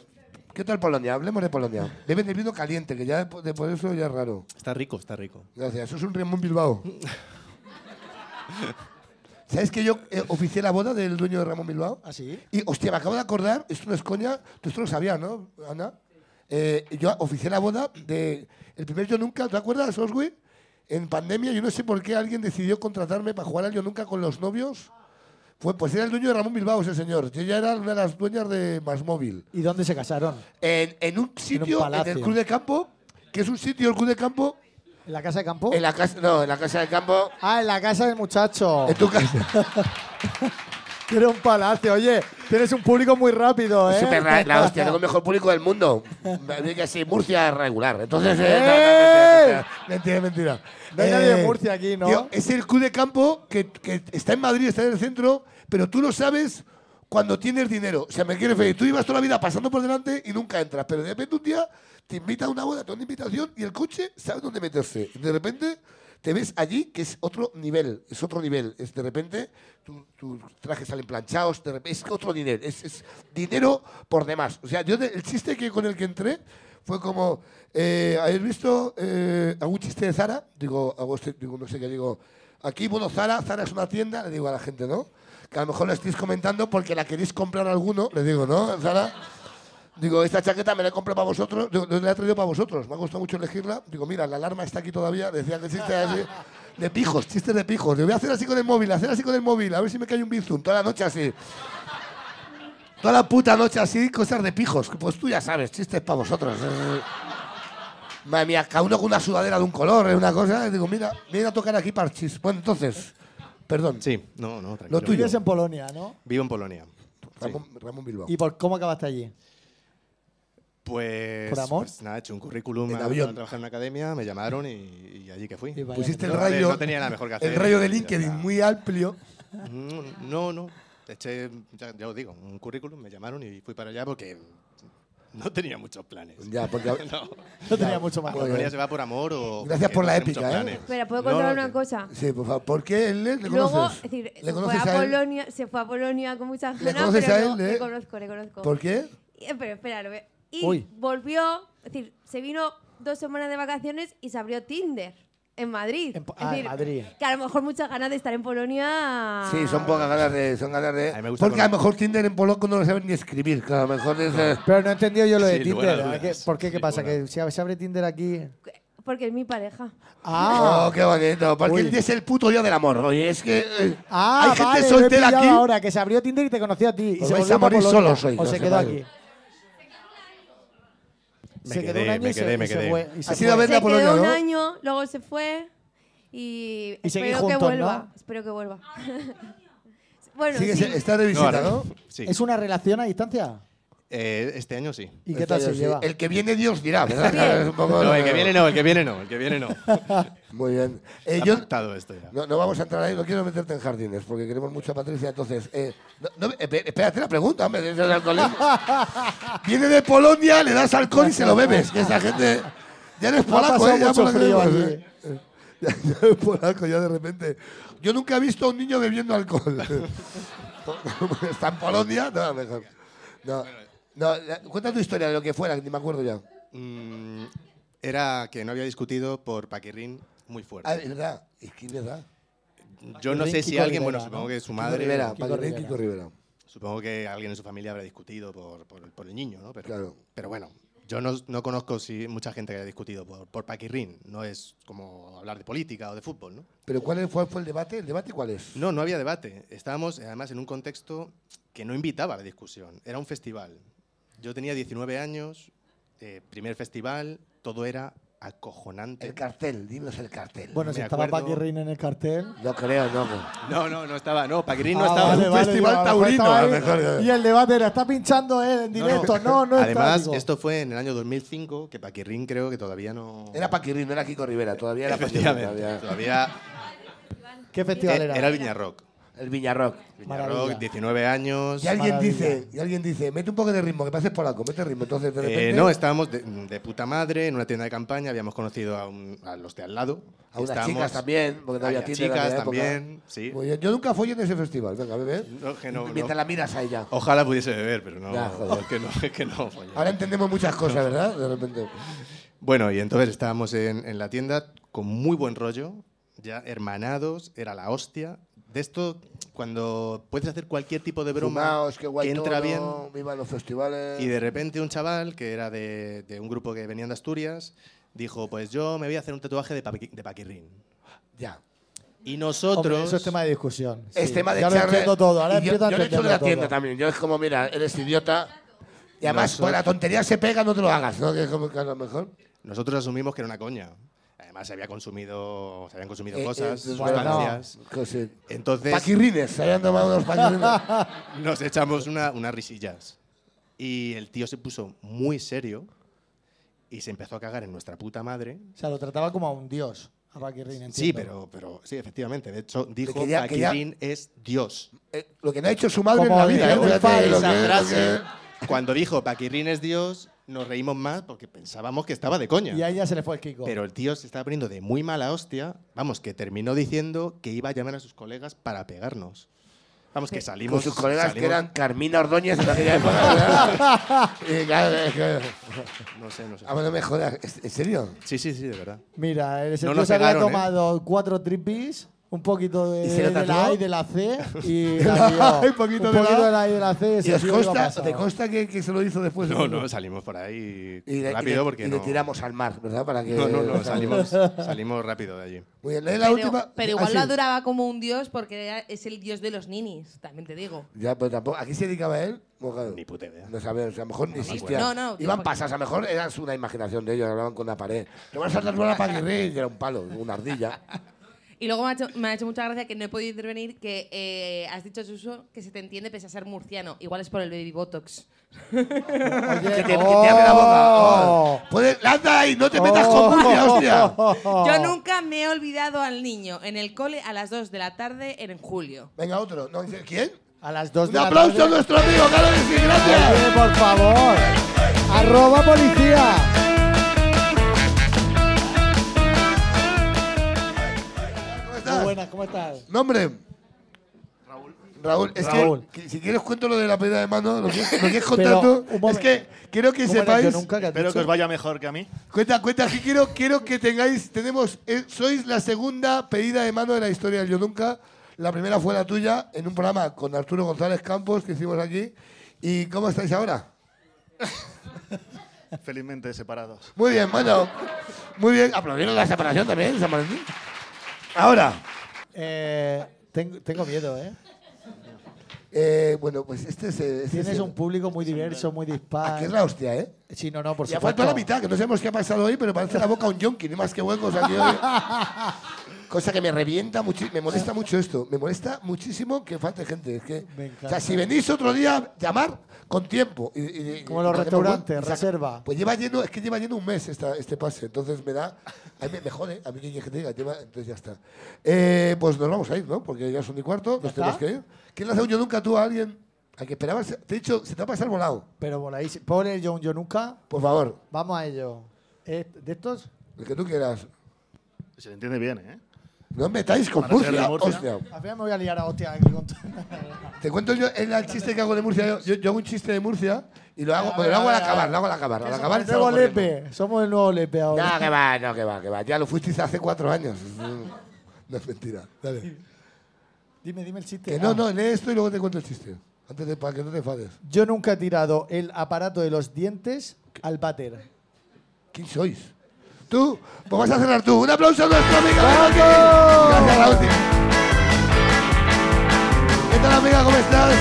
C: ¿qué tal Polonia? Hablemos de Polonia. Beben del vino caliente, que ya de de por eso ya es raro.
N: Está rico, está rico.
C: Gracias, eso es un Ramón Bilbao. ¿Sabes que yo eh, oficié la boda del dueño de Ramón Bilbao?
D: ¿Ah, sí?
C: Y, hostia, me acabo de acordar, esto no es coña, tú esto lo sabías, ¿no, Ana? Eh, yo oficié la boda de... El primer Yo Nunca, ¿te acuerdas, Oswi? En pandemia, yo no sé por qué alguien decidió contratarme para jugar al Yo Nunca con los novios. Fue, pues era el dueño de Ramón Bilbao ese señor. Yo ya era una de las dueñas de Masmóvil.
D: ¿Y dónde se casaron?
C: En, en un sitio, en,
D: palacio.
C: el Club de Campo, que es un sitio, el Club de Campo...
D: ¿En la casa de campo?
C: En la casa, no, en la casa de campo...
D: Ah, en la casa del muchacho. En
C: tu casa.
D: Tienes un palacio, oye. Tienes un público muy rápido, ¿eh?
C: Es súper ra- la hostia, tengo el mejor público del mundo. Me dice que sí, Murcia es regular. Entonces, eh,
D: ¡Eh!
C: no, no, mentira, mentira, mentira.
D: No hay
C: Eh,
D: nadie de Murcia aquí, ¿no?
C: tío, es el club de campo que, que está en Madrid, está en el centro, pero tú lo sabes cuando tienes dinero. O sea, me quieres decir, tú ibas toda la vida pasando por delante y nunca entras, pero de repente un día te invita a una boda, te da una invitación y el coche sabe dónde meterse. Y de repente te ves allí que es otro nivel, es otro nivel. Es de repente tu- tus trajes salen planchados, de repente, es otro dinero, es, es dinero por demás. O sea, yo de- el chiste que con el que entré fue como, eh, ¿habéis visto eh, algún chiste de Zara? Digo, hago este- digo, no sé qué, digo, aquí, bueno, Zara, Zara es una tienda, le digo a la gente, ¿no? Que a lo mejor la estáis comentando porque la queréis comprar a alguno, le digo, ¿no? Zara. Digo, esta chaqueta me la he comprado para vosotros, digo, la he traído para vosotros, me ha costado mucho elegirla. Digo, mira, la alarma está aquí todavía, decía que chiste así, de pijos, chistes de pijos. Digo, voy a hacer así con el móvil, hacer así con el móvil, a ver si me cae un bizum, toda la noche así. Toda la puta noche así, cosas de pijos. Pues tú ya sabes, chistes para vosotros. Madre mía, cada uno con una sudadera de un color, es una cosa. Digo, mira, viene a tocar aquí parchis. Bueno, entonces, perdón.
N: Sí, no, no, tranquilo.
C: Lo tuyo.
D: Vives en Polonia, ¿no?
N: Vivo en Polonia.
C: Ramón, Ramón Bilbao.
D: ¿Y por cómo acabaste allí?
N: Pues,
D: ¿Por amor?
N: pues nada, he hecho un currículum
C: En
N: a,
C: avión.
N: a trabajar en una academia, me llamaron y, y allí que fui.
D: vaya
C: Pusiste el
N: No,
C: rayo,
N: No tenía nada mejor que hacer.
C: el rayo de
N: Ya
C: LinkedIn
N: está.
C: muy amplio.
N: No, no, no. Eché, ya, ya os digo, un currículum, me llamaron y fui para allá porque no tenía muchos planes.
C: Ya, porque-
N: no,
D: No tenía mucho más.
N: Bueno, Polonia se va por amor o...
C: Gracias
N: porque
C: por la
N: no tiene
C: épica,
N: muchos
C: ¿eh?
N: planes.
F: Espera, ¿puedo
C: No,
F: contar
C: no
F: una
C: te-
F: cosa?
C: Sí, por favor. ¿Por qué él le, le
F: Luego,
C: conoces?
F: es decir,
C: ¿Le
F: se fue,
C: conoces
F: a
C: a él?
F: Polonia, se fue a Polonia con mucha
C: ¿Le
F: ganas,
C: conoces
F: pero
C: a él,
F: no,
C: eh?
F: le conozco, le conozco.
C: ¿Por qué?
F: Eh, Pero espera, lo voy a- Y
C: Uy.
F: volvió, es decir, se vino dos semanas de vacaciones y se abrió Tinder en Madrid. Es
D: ah, en
F: decir,
D: Madrid.
F: Que a lo mejor muchas ganas de estar en Polonia.
C: Sí, son pocas ganas de. Son ganas de
N: gusta
C: porque a
N: conocer-
C: lo mejor Tinder en polaco no lo saben ni escribir. Claro, a lo mejor es. eh,
D: Pero no he entendido yo lo de
N: Sin lugar a
D: Tinder. ¿a qué-
N: dudas,
D: ¿Por qué? ¿Qué
N: sin
D: pasa?
N: lugar.
D: ¿Que si se abre Tinder aquí?
F: Porque es mi pareja.
D: Ah.
C: oh, qué bonito. Porque
D: Uy.
C: él es el puto día del amor. Oye, es que. eh,
D: Ah,
C: hay gente
D: vale, lo he
C: soltera
D: pillado
C: aquí.
D: ahora, que se abrió Tinder y te conoció a ti. Y
C: Os
D: se
C: vais
D: volvió
C: a morir
D: para Polonia,
C: solos hoy, no
D: O se
C: se
D: quedó
C: vale.
D: aquí.
N: Me
D: se quedó
N: quedé,
D: un año
N: me
D: y se-
N: quedé, me
D: y se
N: quedé.
D: fue- y se
C: Ha sido
D: fue.
C: a ver-
F: Se
C: Vete a
F: quedó
C: Polonia,
F: un
C: ¿no?
F: año, luego se fue y,
D: Y seguís
F: espero que
D: juntos,
F: vuelva.
D: ¿no?
F: Espero que vuelva. bueno,
C: sigue-
F: sí.
C: Está de
N: No,
C: visita,
N: ahora-
C: ¿no?
N: Sí.
D: ¿Es una relación a distancia?
N: Eh, este año sí.
D: ¿Y qué tal se
C: Sí,
D: lleva?
C: El que viene Dios dirá,
F: Bien.
C: ¿verdad? Es un poco-
N: No, el que viene no, el que viene no, el que viene no.
C: Muy bien. Eh,
N: Está
C: yo-
N: pactado esto ya.
C: no, no vamos a entrar ahí, no quiero meterte en jardines porque queremos mucho a Patricia. Entonces, eh, no- no, eh, espérate la pregunta, hombre. desde el alcoholismo. Viene de Polonia, le das alcohol y se lo bebes. Que esa gente. Ya eres
D: Me ha
C: polaco,
D: pasado
C: ¿eh? Ya
D: mucho
C: polaco,
D: frío
C: eh. Ya, ya eres polaco, ya de repente. Yo nunca he visto a un niño bebiendo alcohol. Está en Polonia, no, mejor. No, no, la- cuenta tu historia de lo que fuera, que ni me acuerdo ya.
N: Mm, era que no había discutido por Paquirrín muy
C: Ah,
N: fuerte.
C: es verdad, es que es verdad.
N: Yo no
D: Paquirrín,
N: sé si
D: Kiko
N: alguien, bueno,
D: Rivera,
N: supongo
D: ¿no?
N: que su
C: Kiko
N: madre,
C: Rivera,
D: Kiko
C: Paquirrín,
D: Rivera.
C: Kiko Rivera.
N: supongo que alguien en su familia habrá discutido por, por- por el niño, ¿no? Pero,
C: Claro.
N: pero bueno, yo no, no conozco si mucha gente que haya discutido por, por Paquirrín. No es como hablar de política o de fútbol, ¿no?
C: ¿Pero cuál fue, fue el debate? ¿El debate cuál es?
N: No, no había debate. Estábamos, eh, además, en un contexto que no invitaba a la discusión. Era un festival. Yo tenía 19 años, eh, primer festival, todo era acojonante.
C: El cartel, dinos el cartel.
D: Bueno,
N: me
D: si estaba
N: acuerdo.
D: Paquirrín en el cartel.
C: no creo, no.
N: No, no, no estaba, no, Paquirrín no
D: Ah,
N: estaba.
D: vale,
C: un
D: vale,
C: festival
D: digo, a lo mejor
C: taurino,
D: estaba
C: a lo
D: ahí.
C: mejor.
D: Y el debate era, está pinchando él en directo. No, no, está,
N: Además,
D: digo.
N: esto fue en el año 2005, que Paquirrín creo que todavía no...
C: Era Paquirrín, no era Kiko Rivera, todavía era Paquirrín.
N: Efectivamente,
C: todavía.
N: Todavía Eh,
D: ¿Qué festival
N: era,
D: era?
N: el Viñarrock.
C: El Viñarrock.
D: Maravilla.
N: Viñarrock, 19 años.
D: Pues
C: Y alguien
D: Maravilla.
C: dice, y alguien dice, mete un poco de ritmo, que pases polaco, mete ritmo. Entonces, de
N: Eh,
C: repente,
N: no, estábamos de, de puta madre en una tienda de campaña, habíamos conocido a, un- a los de al lado.
C: a unas
N: Estábamos-
C: chicas también, porque no había Tinder en
N: chicas
C: aquella época.
N: también, sí.
C: Muy bien, Pues Yo nunca fui en ese festival, venga, bebé.
N: No, que no,
C: Mientras
N: no.
C: la miras a ella.
N: Ojalá pudiese beber, pero no,
C: Ya, joder.
N: es que no, es que no.
K: pues
N: coño.
C: Ahora entendemos muchas cosas, ¿verdad? De repente.
N: Bueno, y entonces estábamos en, en la tienda con muy buen rollo, ya hermanados, era la hostia. De esto, cuando puedes hacer cualquier tipo de broma
C: Fumaos, qué guay
N: que entra
C: todo, eh.
N: bien,
C: viva los festivales.
N: Y de repente un chaval que era de, de un grupo que venían de Asturias dijo, pues yo me voy a hacer un tatuaje de, paqui- de paquirrín.
C: Ya.
N: Y
D: Hombre,
N: nosotros...
D: eso es tema de discusión. sí.
C: Es tema de
D: Ya lo
C: charla-
D: entiendo todo. Ahora
C: y yo,
D: empiezo a
C: yo lo he hecho de la
D: entenderlo
C: tienda
D: todo.
C: también. Yo es como, mira, eres idiota. Y además,
N: Nosotros-
C: cuando la tontería se pega, no te lo hagas, ¿no? Que es como que a lo mejor.
N: Nosotros asumimos que era una coña. Además se, había consumido, se habían consumido
C: Eh, eh,
N: cosas,
C: es verdad.
N: sustancias.
C: Que sí.
N: Entonces
C: Paquirrines, se habían tomado unos paquirrines.
N: nos echamos una- unas risillas. Y el tío se puso muy serio y se empezó a cagar en nuestra puta madre.
D: O sea, lo trataba como a un dios. a Paquirrin, entiendo.
N: Sí, pero, pero sí, efectivamente. De hecho, dijo que
D: ya- que ya-
N: es Dios.
C: Eh, lo que no ha hecho su madre en la vida, ¿eh? O sea, que lo
N: esa
C: que- lo
N: frase, Cuando dijo Paquirrin es Dios, nos reímos más porque pensábamos que estaba de coña.
D: Y a ella se le fue el Kiko.
N: Pero el tío se estaba poniendo de muy mala hostia. Vamos, que terminó diciendo que iba a llamar a sus colegas para pegarnos. Vamos, que salimos.
C: Con sus colegas que
N: salimos-
C: eran Carmina Ordóñez en aquella época. Y claro, es que-
N: No sé, no sé.
C: Ah, bueno, me jodas. ¿Es- ¿En serio?
N: Sí, sí, sí, de verdad.
D: Mira, el
N: No
D: señor
N: nos
D: se había
N: pegaron, ¿eh?
D: tomado cuatro tripis, un poquito de,
C: ¿Y se lo
D: de la
C: tatuó?
D: A y de la C y
C: La-
D: la lió.
C: un poquito,
D: un
C: de,
D: poquito
C: la...
D: de la A y de la C.
C: ¿Y
D: ese
C: os
D: tío iba
C: consta,
D: pasado.
C: te consta que, que se lo hizo después?
N: No, no, salimos por ahí
C: Y le- y
N: rápido
C: le-
N: porque
C: y le
N: no.
C: tiramos al mar, ¿verdad? Para que-
N: No, no, no, salimos, salimos rápido de allí.
C: Muy bien, lee la
L: Pero,
C: última.
L: pero igual
C: Ah,
L: lo
C: sí.
L: adoraba como un dios porque era- es el dios de los ninis, también te digo.
C: Ya, pero tampoco. ¿A qué se dedicaba él? Ni
N: puta idea. Ah,
C: No sabes, a lo mejor ni
L: me
C: existía.
L: acuerdo. No, no,
C: Iban
L: tampoco.
C: pasas, a lo mejor era una imaginación de ellos, hablaban con una pared. Te van a saltar una paquirri, que era un palo, una ardilla.
L: Y luego me ha, hecho, me ha hecho mucha gracia que no he podido intervenir, que eh, has dicho, Suso, que se te entiende pese a ser murciano. Igual es por el baby botox.
C: que te, que te abre la boca. Oh. Puedes- lanza ahí, no te metas con Murcia,
D: Oh.
C: hostia.
L: Yo nunca me he olvidado al niño en el cole a las 2 de la tarde en julio.
C: Venga, otro. No, dice, ¿Quién?
D: A las dos
C: Un
D: de la
C: aplauso
D: tarde.
C: a nuestro amigo, claro que sí, gracias.
D: Oye, por favor. Arroba policía. Muy buenas, ¿cómo estás?
C: Nombre. Raúl, es
D: Raúl.
C: Que, que si quieres cuento lo de la pelea de mano, lo que, lo que es
D: Pero,
C: contar tú,
D: un momen-
C: es que quiero que
D: ¿Cómo era
C: sepáis...
D: yo nunca que has Espero que dicho? os
O: vaya mejor que a mí.
C: Cuenta, cuenta, que quiero, quiero que tengáis, tenemos, eh, sois la segunda pedida de mano de la historia del Yo Nunca. La primera fue la tuya en un programa con Arturo González Campos que hicimos aquí. ¿Y cómo estáis ahora?
O: Felizmente separados.
C: Muy bien, bueno, muy bien. Aplaudieron la separación también, San Valentín. Ahora,
D: Eh, tengo, tengo miedo, ¿eh?
C: eh, bueno, pues este es... eh, este es
D: Tienes
C: el-
D: un público muy diverso, muy dispar.
C: Aquí es la hostia, ¿eh?
D: Sí, no, no, por
C: Ya ha
D: supuesto.
C: faltado la mitad, que no sabemos qué ha pasado hoy, pero parece la boca un yonki, ni más que huecos aquí hoy. Cosa que me revienta mucho, me molesta mucho esto. Me molesta muchísimo que falte gente. Es que,
D: Me
C: o
D: encanta.
C: sea, si venís otro día, llamar con tiempo. y- y- y-
D: Como los
C: y-
D: restaurantes,
C: y saca-
D: reserva.
C: Pues lleva lleno, es que lleva lleno un mes esta- este pase, entonces me da. A mí me, me jode, a mí que gente diga, lleva, entonces ya está. Eh, pues nos vamos a ir, ¿no? Porque ya son y cuarto, nos tenemos
D: está?
C: que ir. ¿Quién le hace un yo nunca tú a alguien? A que esperabas, te he dicho, se te va a pasar volado.
D: Pero voláis. Pobre John, yo nunca.
C: Por favor,
D: Vamos a ello. Eh, ¿De estos?
C: el que tú quieras.
O: Se le entiende bien, ¿eh?
C: No os metáis con
O: Para ser de
C: Murcia,
O: Murcia.
C: hostia.
D: Al final me voy a liar a hostia aquí con todo.
C: Te cuento yo el, el chiste que hago de Murcia. Yo, yo- yo hago un chiste de Murcia y lo hago,
D: A
C: pero
D: ver,
C: lo hago
D: a
C: al
D: ver, a
C: acabar,
D: ver.
C: lo hago al acabar. Al
D: Que
C: acabar
D: somos
C: y
D: el nuevo
C: salgo corriendo.
D: Lepe. Somos el nuevo Lepe ahora.
C: No, que va, no, que va, que va. Ya lo fuisteis hace cuatro años. No es mentira. Dale.
D: Dime, dime el chiste.
C: Que
D: Ah.
C: no, no, lee esto y luego te cuento el chiste. Antes de para que no te enfades.
D: Yo nunca he tirado el aparato de los dientes al váter.
C: ¿Quién sois? Tú, pues vas a cerrar tú. Un aplauso a nuestra amiga Melody. Gracias, Raúl. ¿Qué tal, amiga? ¿Cómo estás?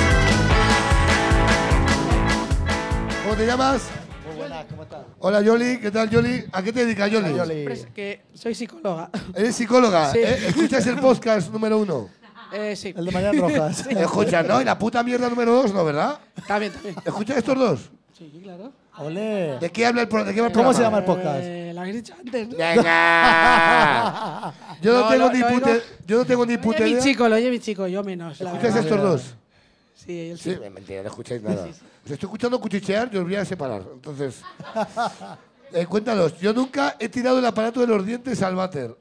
C: ¿Cómo te llamas?
D: Muy buenas, ¿cómo estás?
C: Hola, Yoli. ¿Qué tal, Yoli? ¿A qué te dedicas, Yoli?
P: que soy psicóloga.
C: Eres psicóloga.
P: Sí.
C: ¿eh? ¿Escuchas el podcast número uno?
P: Eh, sí.
D: El de Mariano Rojas.
P: Sí.
C: Escuchas, ¿no? Y la puta mierda número dos, ¿no, verdad?
P: También, también.
C: ¿Escuchas estos dos?
P: Sí, claro.
D: Ole.
C: ¿De qué habla el, pro- de qué va el
D: ¿Cómo se llama
C: programa?
D: el podcast?
P: Eh, lo habéis dicho antes, ¿no?
C: Venga. Yo no,
P: No,
C: tengo
P: lo-
C: ni
P: lo
C: puta-
P: oigo-
C: Yo no tengo ni
P: Oye,
C: puta
P: mi
C: idea.
P: chico, lo oye mi chico, yo menos. la
C: ¿Escuchas
P: verdad.
C: estos dos?
P: Sí, él
C: Sí,
P: sí.
C: mentira, no escucháis nada. Os estoy escuchando cuchichear y os voy a separar. Entonces, eh, cuéntanos. Yo nunca he tirado el aparato de los dientes al váter.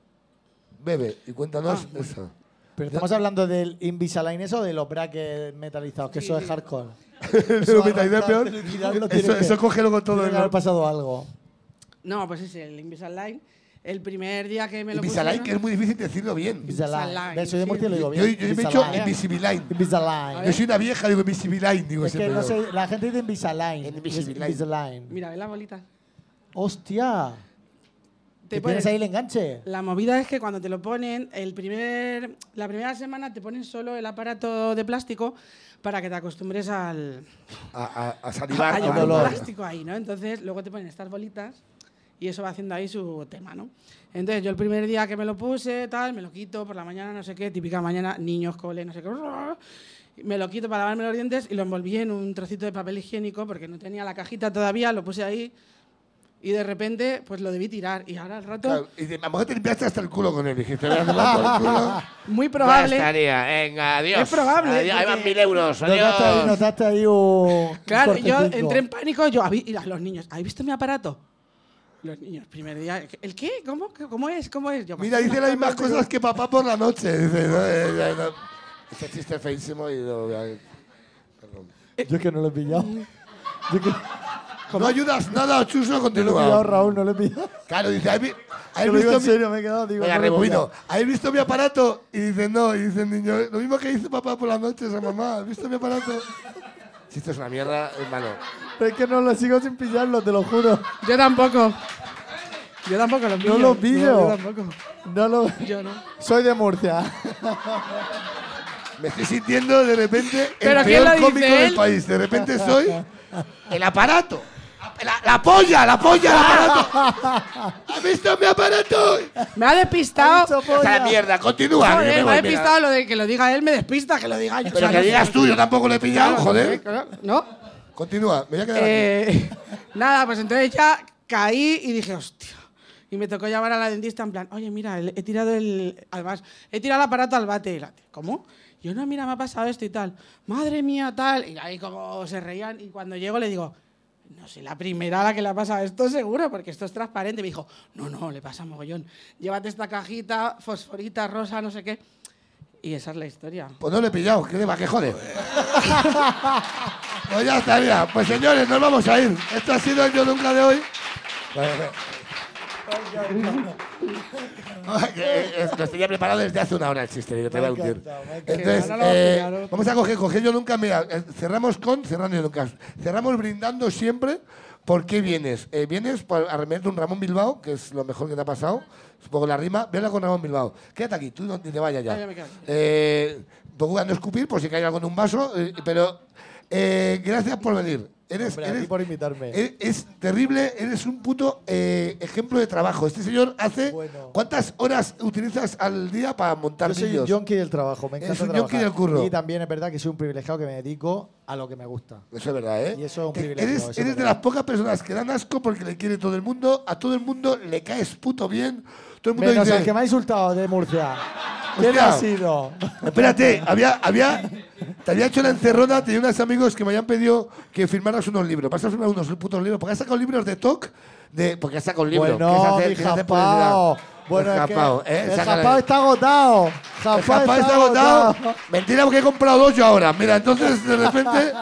C: Bebe, y cuéntanos esa.
D: Ah, Pero estamos hablando del Invisalign eso o de los brackets metalizados, que eso es hardcore.
C: Lo metáis de peor.
D: arrastrártelo y tirarlo
C: Eso-
D: tiene que-
C: eso cógelo con todo
D: Tiene
C: el-
D: que haber pasado algo.
P: No, pues ese, el Invisalign. El primer día que me lo
C: Invisalign,
P: pusieron-
C: que es muy difícil decirlo bien.
D: Invisalign.
P: Invisalign,
D: ¿Ves? Soy de Murcia y lo digo
C: Yo,
D: bien.
C: yo me he dicho
D: Invisalign.
C: Invisibilign.
D: Invisalign.
C: Yo soy una vieja, digo Invisibilign. Digo
D: Es que
C: siempre,
D: no
C: ¿no?
D: sé, la gente dice Invisalign. Es
C: Invisalign.
D: Invisalign.
P: Mira, ve la bolita.
D: ¡Hostia!
P: Te
D: ¿Te
P: pones-
D: pones ahí el enganche?
P: La movida es que cuando te lo ponen, el primer, la primera semana te ponen solo el aparato de plástico para que te acostumbres al,
C: A, a, a salivar.
P: a
C: al
P: llevar
C: dolor.
P: plástico ahí, ¿no? Entonces, luego te ponen estas bolitas y eso va haciendo ahí su tema, ¿no? Entonces, yo el primer día que me lo puse, tal, me lo quito por la mañana, no sé qué, típica mañana, niños, cole, no sé qué. y Me lo quito para lavarme los dientes y lo envolví en un trocito de papel higiénico porque no tenía la cajita todavía, lo puse ahí y de repente pues lo debí tirar y ahora al rato
C: Claro, y de- a lo mejor te limpiaste hasta el culo con él. Dijiste, "Voy a tomar por el culo".
P: muy probable
Q: Bastaría. Venga, adiós.
P: Es probable,
Q: Adiós, ahí van
P: porque-
Q: mil euros.
D: Notaste ahí,
Q: Adiós.
D: notaste ahí un.
P: Claro,
D: un
P: yo
D: cortecito.
P: entré en pánico, yo, "Habí- y a los niños, ¿habéis visto mi aparato? Los niños, primer día, ¿el qué? ¿Cómo, ¿Cómo es? ¿Cómo es? Yo,
C: Mira, dice las mismas cosas que papá por la noche. Dice, no, eh, ya, no. Este chiste es feísimo y lo voy a- Perdón.
D: Yo es que no lo he pillado.
P: Mm.
D: Yo es que
C: No ayudas nada, Chuso,
D: no lo he pillado,
C: continúa.
D: Raúl, no lo he pillado.
C: Claro, dice, ¿habéis
D: Te
C: habéis
D: lo digo
C: visto
D: en
C: mi-
D: serio, me he quedado. Digo,
C: Venga,
D: no lo he
C: rebobino.
D: pillado.
C: ¿Habéis visto mi aparato? Y dice, no. Y dice el niño, lo mismo que dice papá por las noches a mamá. ¿Has visto mi aparato? Si esto es una mierda, hermano.
D: Pero es que no lo sigo sin pillarlo, te lo juro.
P: Yo tampoco. Yo tampoco lo
D: No
P: pillo.
D: lo
P: No,
D: pillo.
P: yo tampoco.
D: No lo...
P: Yo no.
D: Soy de Murcia.
C: Me estoy sintiendo de repente
D: ¿Pero
C: el
D: quién lo
C: peor
D: dice
C: cómico del
D: él?
C: país. De repente soy el aparato. La, la polla, la polla, el
D: Ah.
C: aparato. ¿Has visto mi aparato?
P: Me ha despistado.
C: Hasta la mierda, continúa.
P: Joder,
C: que me
P: me
C: voy,
P: ha
C: mira.
P: despistado lo de que lo diga él, me despista, que lo diga yo. O
C: Pero
P: sea,
C: que
P: no sé.
C: digas tú, yo tampoco lo he pillado,
P: Claro, eh,
C: joder.
P: claro, No.
C: Continúa, me voy a quedar aquí.
P: Eh, nada, pues entonces ya caí y dije, hostia. Y me tocó llamar a la dentista en plan, oye, mira, el- he tirado el. Además, he tirado el aparato al bate. Y la tía, ¿Cómo? Yo no, mira, me ha pasado esto y tal. Madre mía, tal. Y ahí como se reían. Y cuando llego le digo, no soy la primera a la que le ha pasado esto, seguro, porque esto es transparente. Me dijo, no, no, le pasa mogollón. Llévate esta cajita, fosforita, rosa, no sé qué. Y esa es la historia.
C: Pues no lo he pillado, ¿qué le va? ¿Qué jode? Pues ya está, mira. Pues señores, nos vamos a ir. Esto ha sido el Yo Nunca de hoy. Eh, eh, Lo tenía preparado desde hace una hora el chiste, digo, te voy a hundir. Entonces,
P: Ahora lo va a
C: eh,
P: pillar otro.
C: vamos a coger, coger yo nunca, mira, eh, cerramos con, cerrando yo nunca, cerramos brindando siempre. ¿Por qué vienes? Eh, vienes por- a remediar un Ramón Bilbao, que es lo mejor que te ha pasado. Supongo la rima. Vela con Ramón Bilbao. Quédate aquí, tú no te vayas
P: Ah,
C: ya.
P: ya me quedo.
C: Eh, Pongo a no escupir por si cae algo en un vaso, eh, pero eh, gracias por venir. Eres,
D: Hombre, a ti
C: eres-
D: por invitarme.
C: e- Es terrible, eres un puto eh, ejemplo de trabajo. Este señor hace. ¿Cuántas horas utilizas al día para montar
D: Yo soy un
C: vídeos?
D: yonki del trabajo, me encanta
C: Eres un
D: trabajar.
C: yonki del curro.
D: Y también es verdad que soy un privilegiado que me dedico a lo que me gusta.
C: Eso es verdad, ¿eh?
D: Y eso es un
C: Te-
D: privilegio.
C: eres
D: eso es
C: eres de
D: verdad.
C: las pocas personas que dan asco porque le quiere todo el mundo, a todo el mundo le caes puto bien. Todo el mundo
D: Menos
C: dice.
D: el que me ha insultado de Murcia.
C: Hostia.
D: ¿Quién ha sido?
C: Espérate, había, había, te había hecho la encerrona, tenía unos amigos que me habían pedido que firmaras unos libros. Vas a firmar unos putos libros, porque has sacado libros de TOC, de, porque has sacado libros.
D: Bueno,
C: ¿Quieres hacer-
D: mi
C: quieres hacer
D: japao.
C: publicidad?
D: Bueno,
C: El
D: es que
C: japao, ¿eh?
D: el
C: Sácale.
D: japao está agotado.
C: El japao está agotado. Mentira, porque he comprado dos yo ahora. Mira, entonces de repente.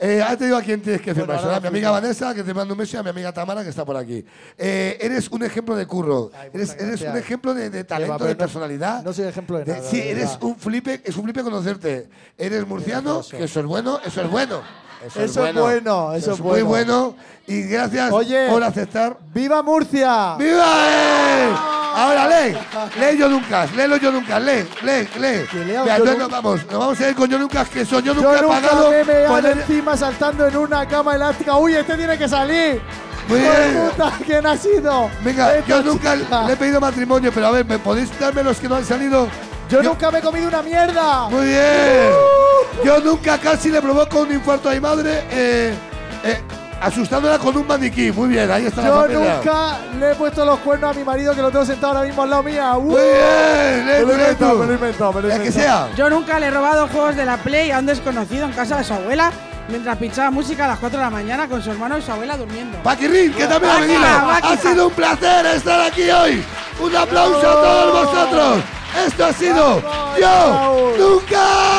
C: Eh, ahora te digo a quién tienes que firmar.
D: ahora
C: a mi
D: lo
C: amiga
D: firmo.
C: Vanessa, que te mando un beso, y a mi amiga Tamara, que está por aquí. Eh, eres un ejemplo de curro. eres, eres un
D: gracias.
C: ejemplo de, de talento,
D: pero
C: de
D: no-
C: personalidad.
D: No soy ejemplo de
C: De-
D: nada.
C: sí,
D: de
C: eres
D: verdad.
C: un flipe, es un flipe conocerte. Eres murciano, que eso es bueno, eso es bueno.
D: Eso es bueno, eso es
C: Muy
D: bueno.
C: bueno. Y gracias
D: Oye,
C: por aceptar.
D: ¡Viva Murcia!
C: ¡Viva! eh! Ahora lee, lee yo nunca, léelo yo nunca, lee, lee, lee.
D: lea un
C: Mira,
D: Yo
C: entonces
D: Nunca.
C: nos vamos, nos vamos a ir con yo nunca, que son yo nunca
D: Yo nunca
C: pagado.
D: me he meado
C: por el-
D: encima saltando en una cama elástica. ¡Uy, este tiene que salir!
C: Muy
D: ¡Hijo de
C: bien.
D: puta! ¿Quién ha sido?
C: Venga,
D: Esta
C: yo nunca
D: chica.
C: le he pedido matrimonio, pero a ver, ¿me podéis darme los que no han salido?
D: Yo, nunca me he comido una mierda. ¡Uh!
C: Muy bien. Yo nunca casi le provoco un infarto a mi madre eh, eh, asustándola con un maniquí. Muy bien, ahí está la
D: Yo
C: familia.
D: nunca le he puesto los cuernos a mi marido que lo tengo sentado ahora mismo al lado mía. ¡Uh!
C: Muy bien,
D: Me lo he
C: Leandro,
D: inventado,
C: tú.
D: me lo he inventado, me lo he
C: La que
D: inventado.
C: sea.
P: Yo nunca le he robado juegos de la Play a un desconocido en casa de su abuela mientras pinchaba música a las 4 de la mañana con su hermano y su abuela durmiendo.
C: Paquirrín, que también ha venido. Ha sido un placer estar aquí hoy. Un aplauso a todos vosotros. Esto ha sido Yo Nunca.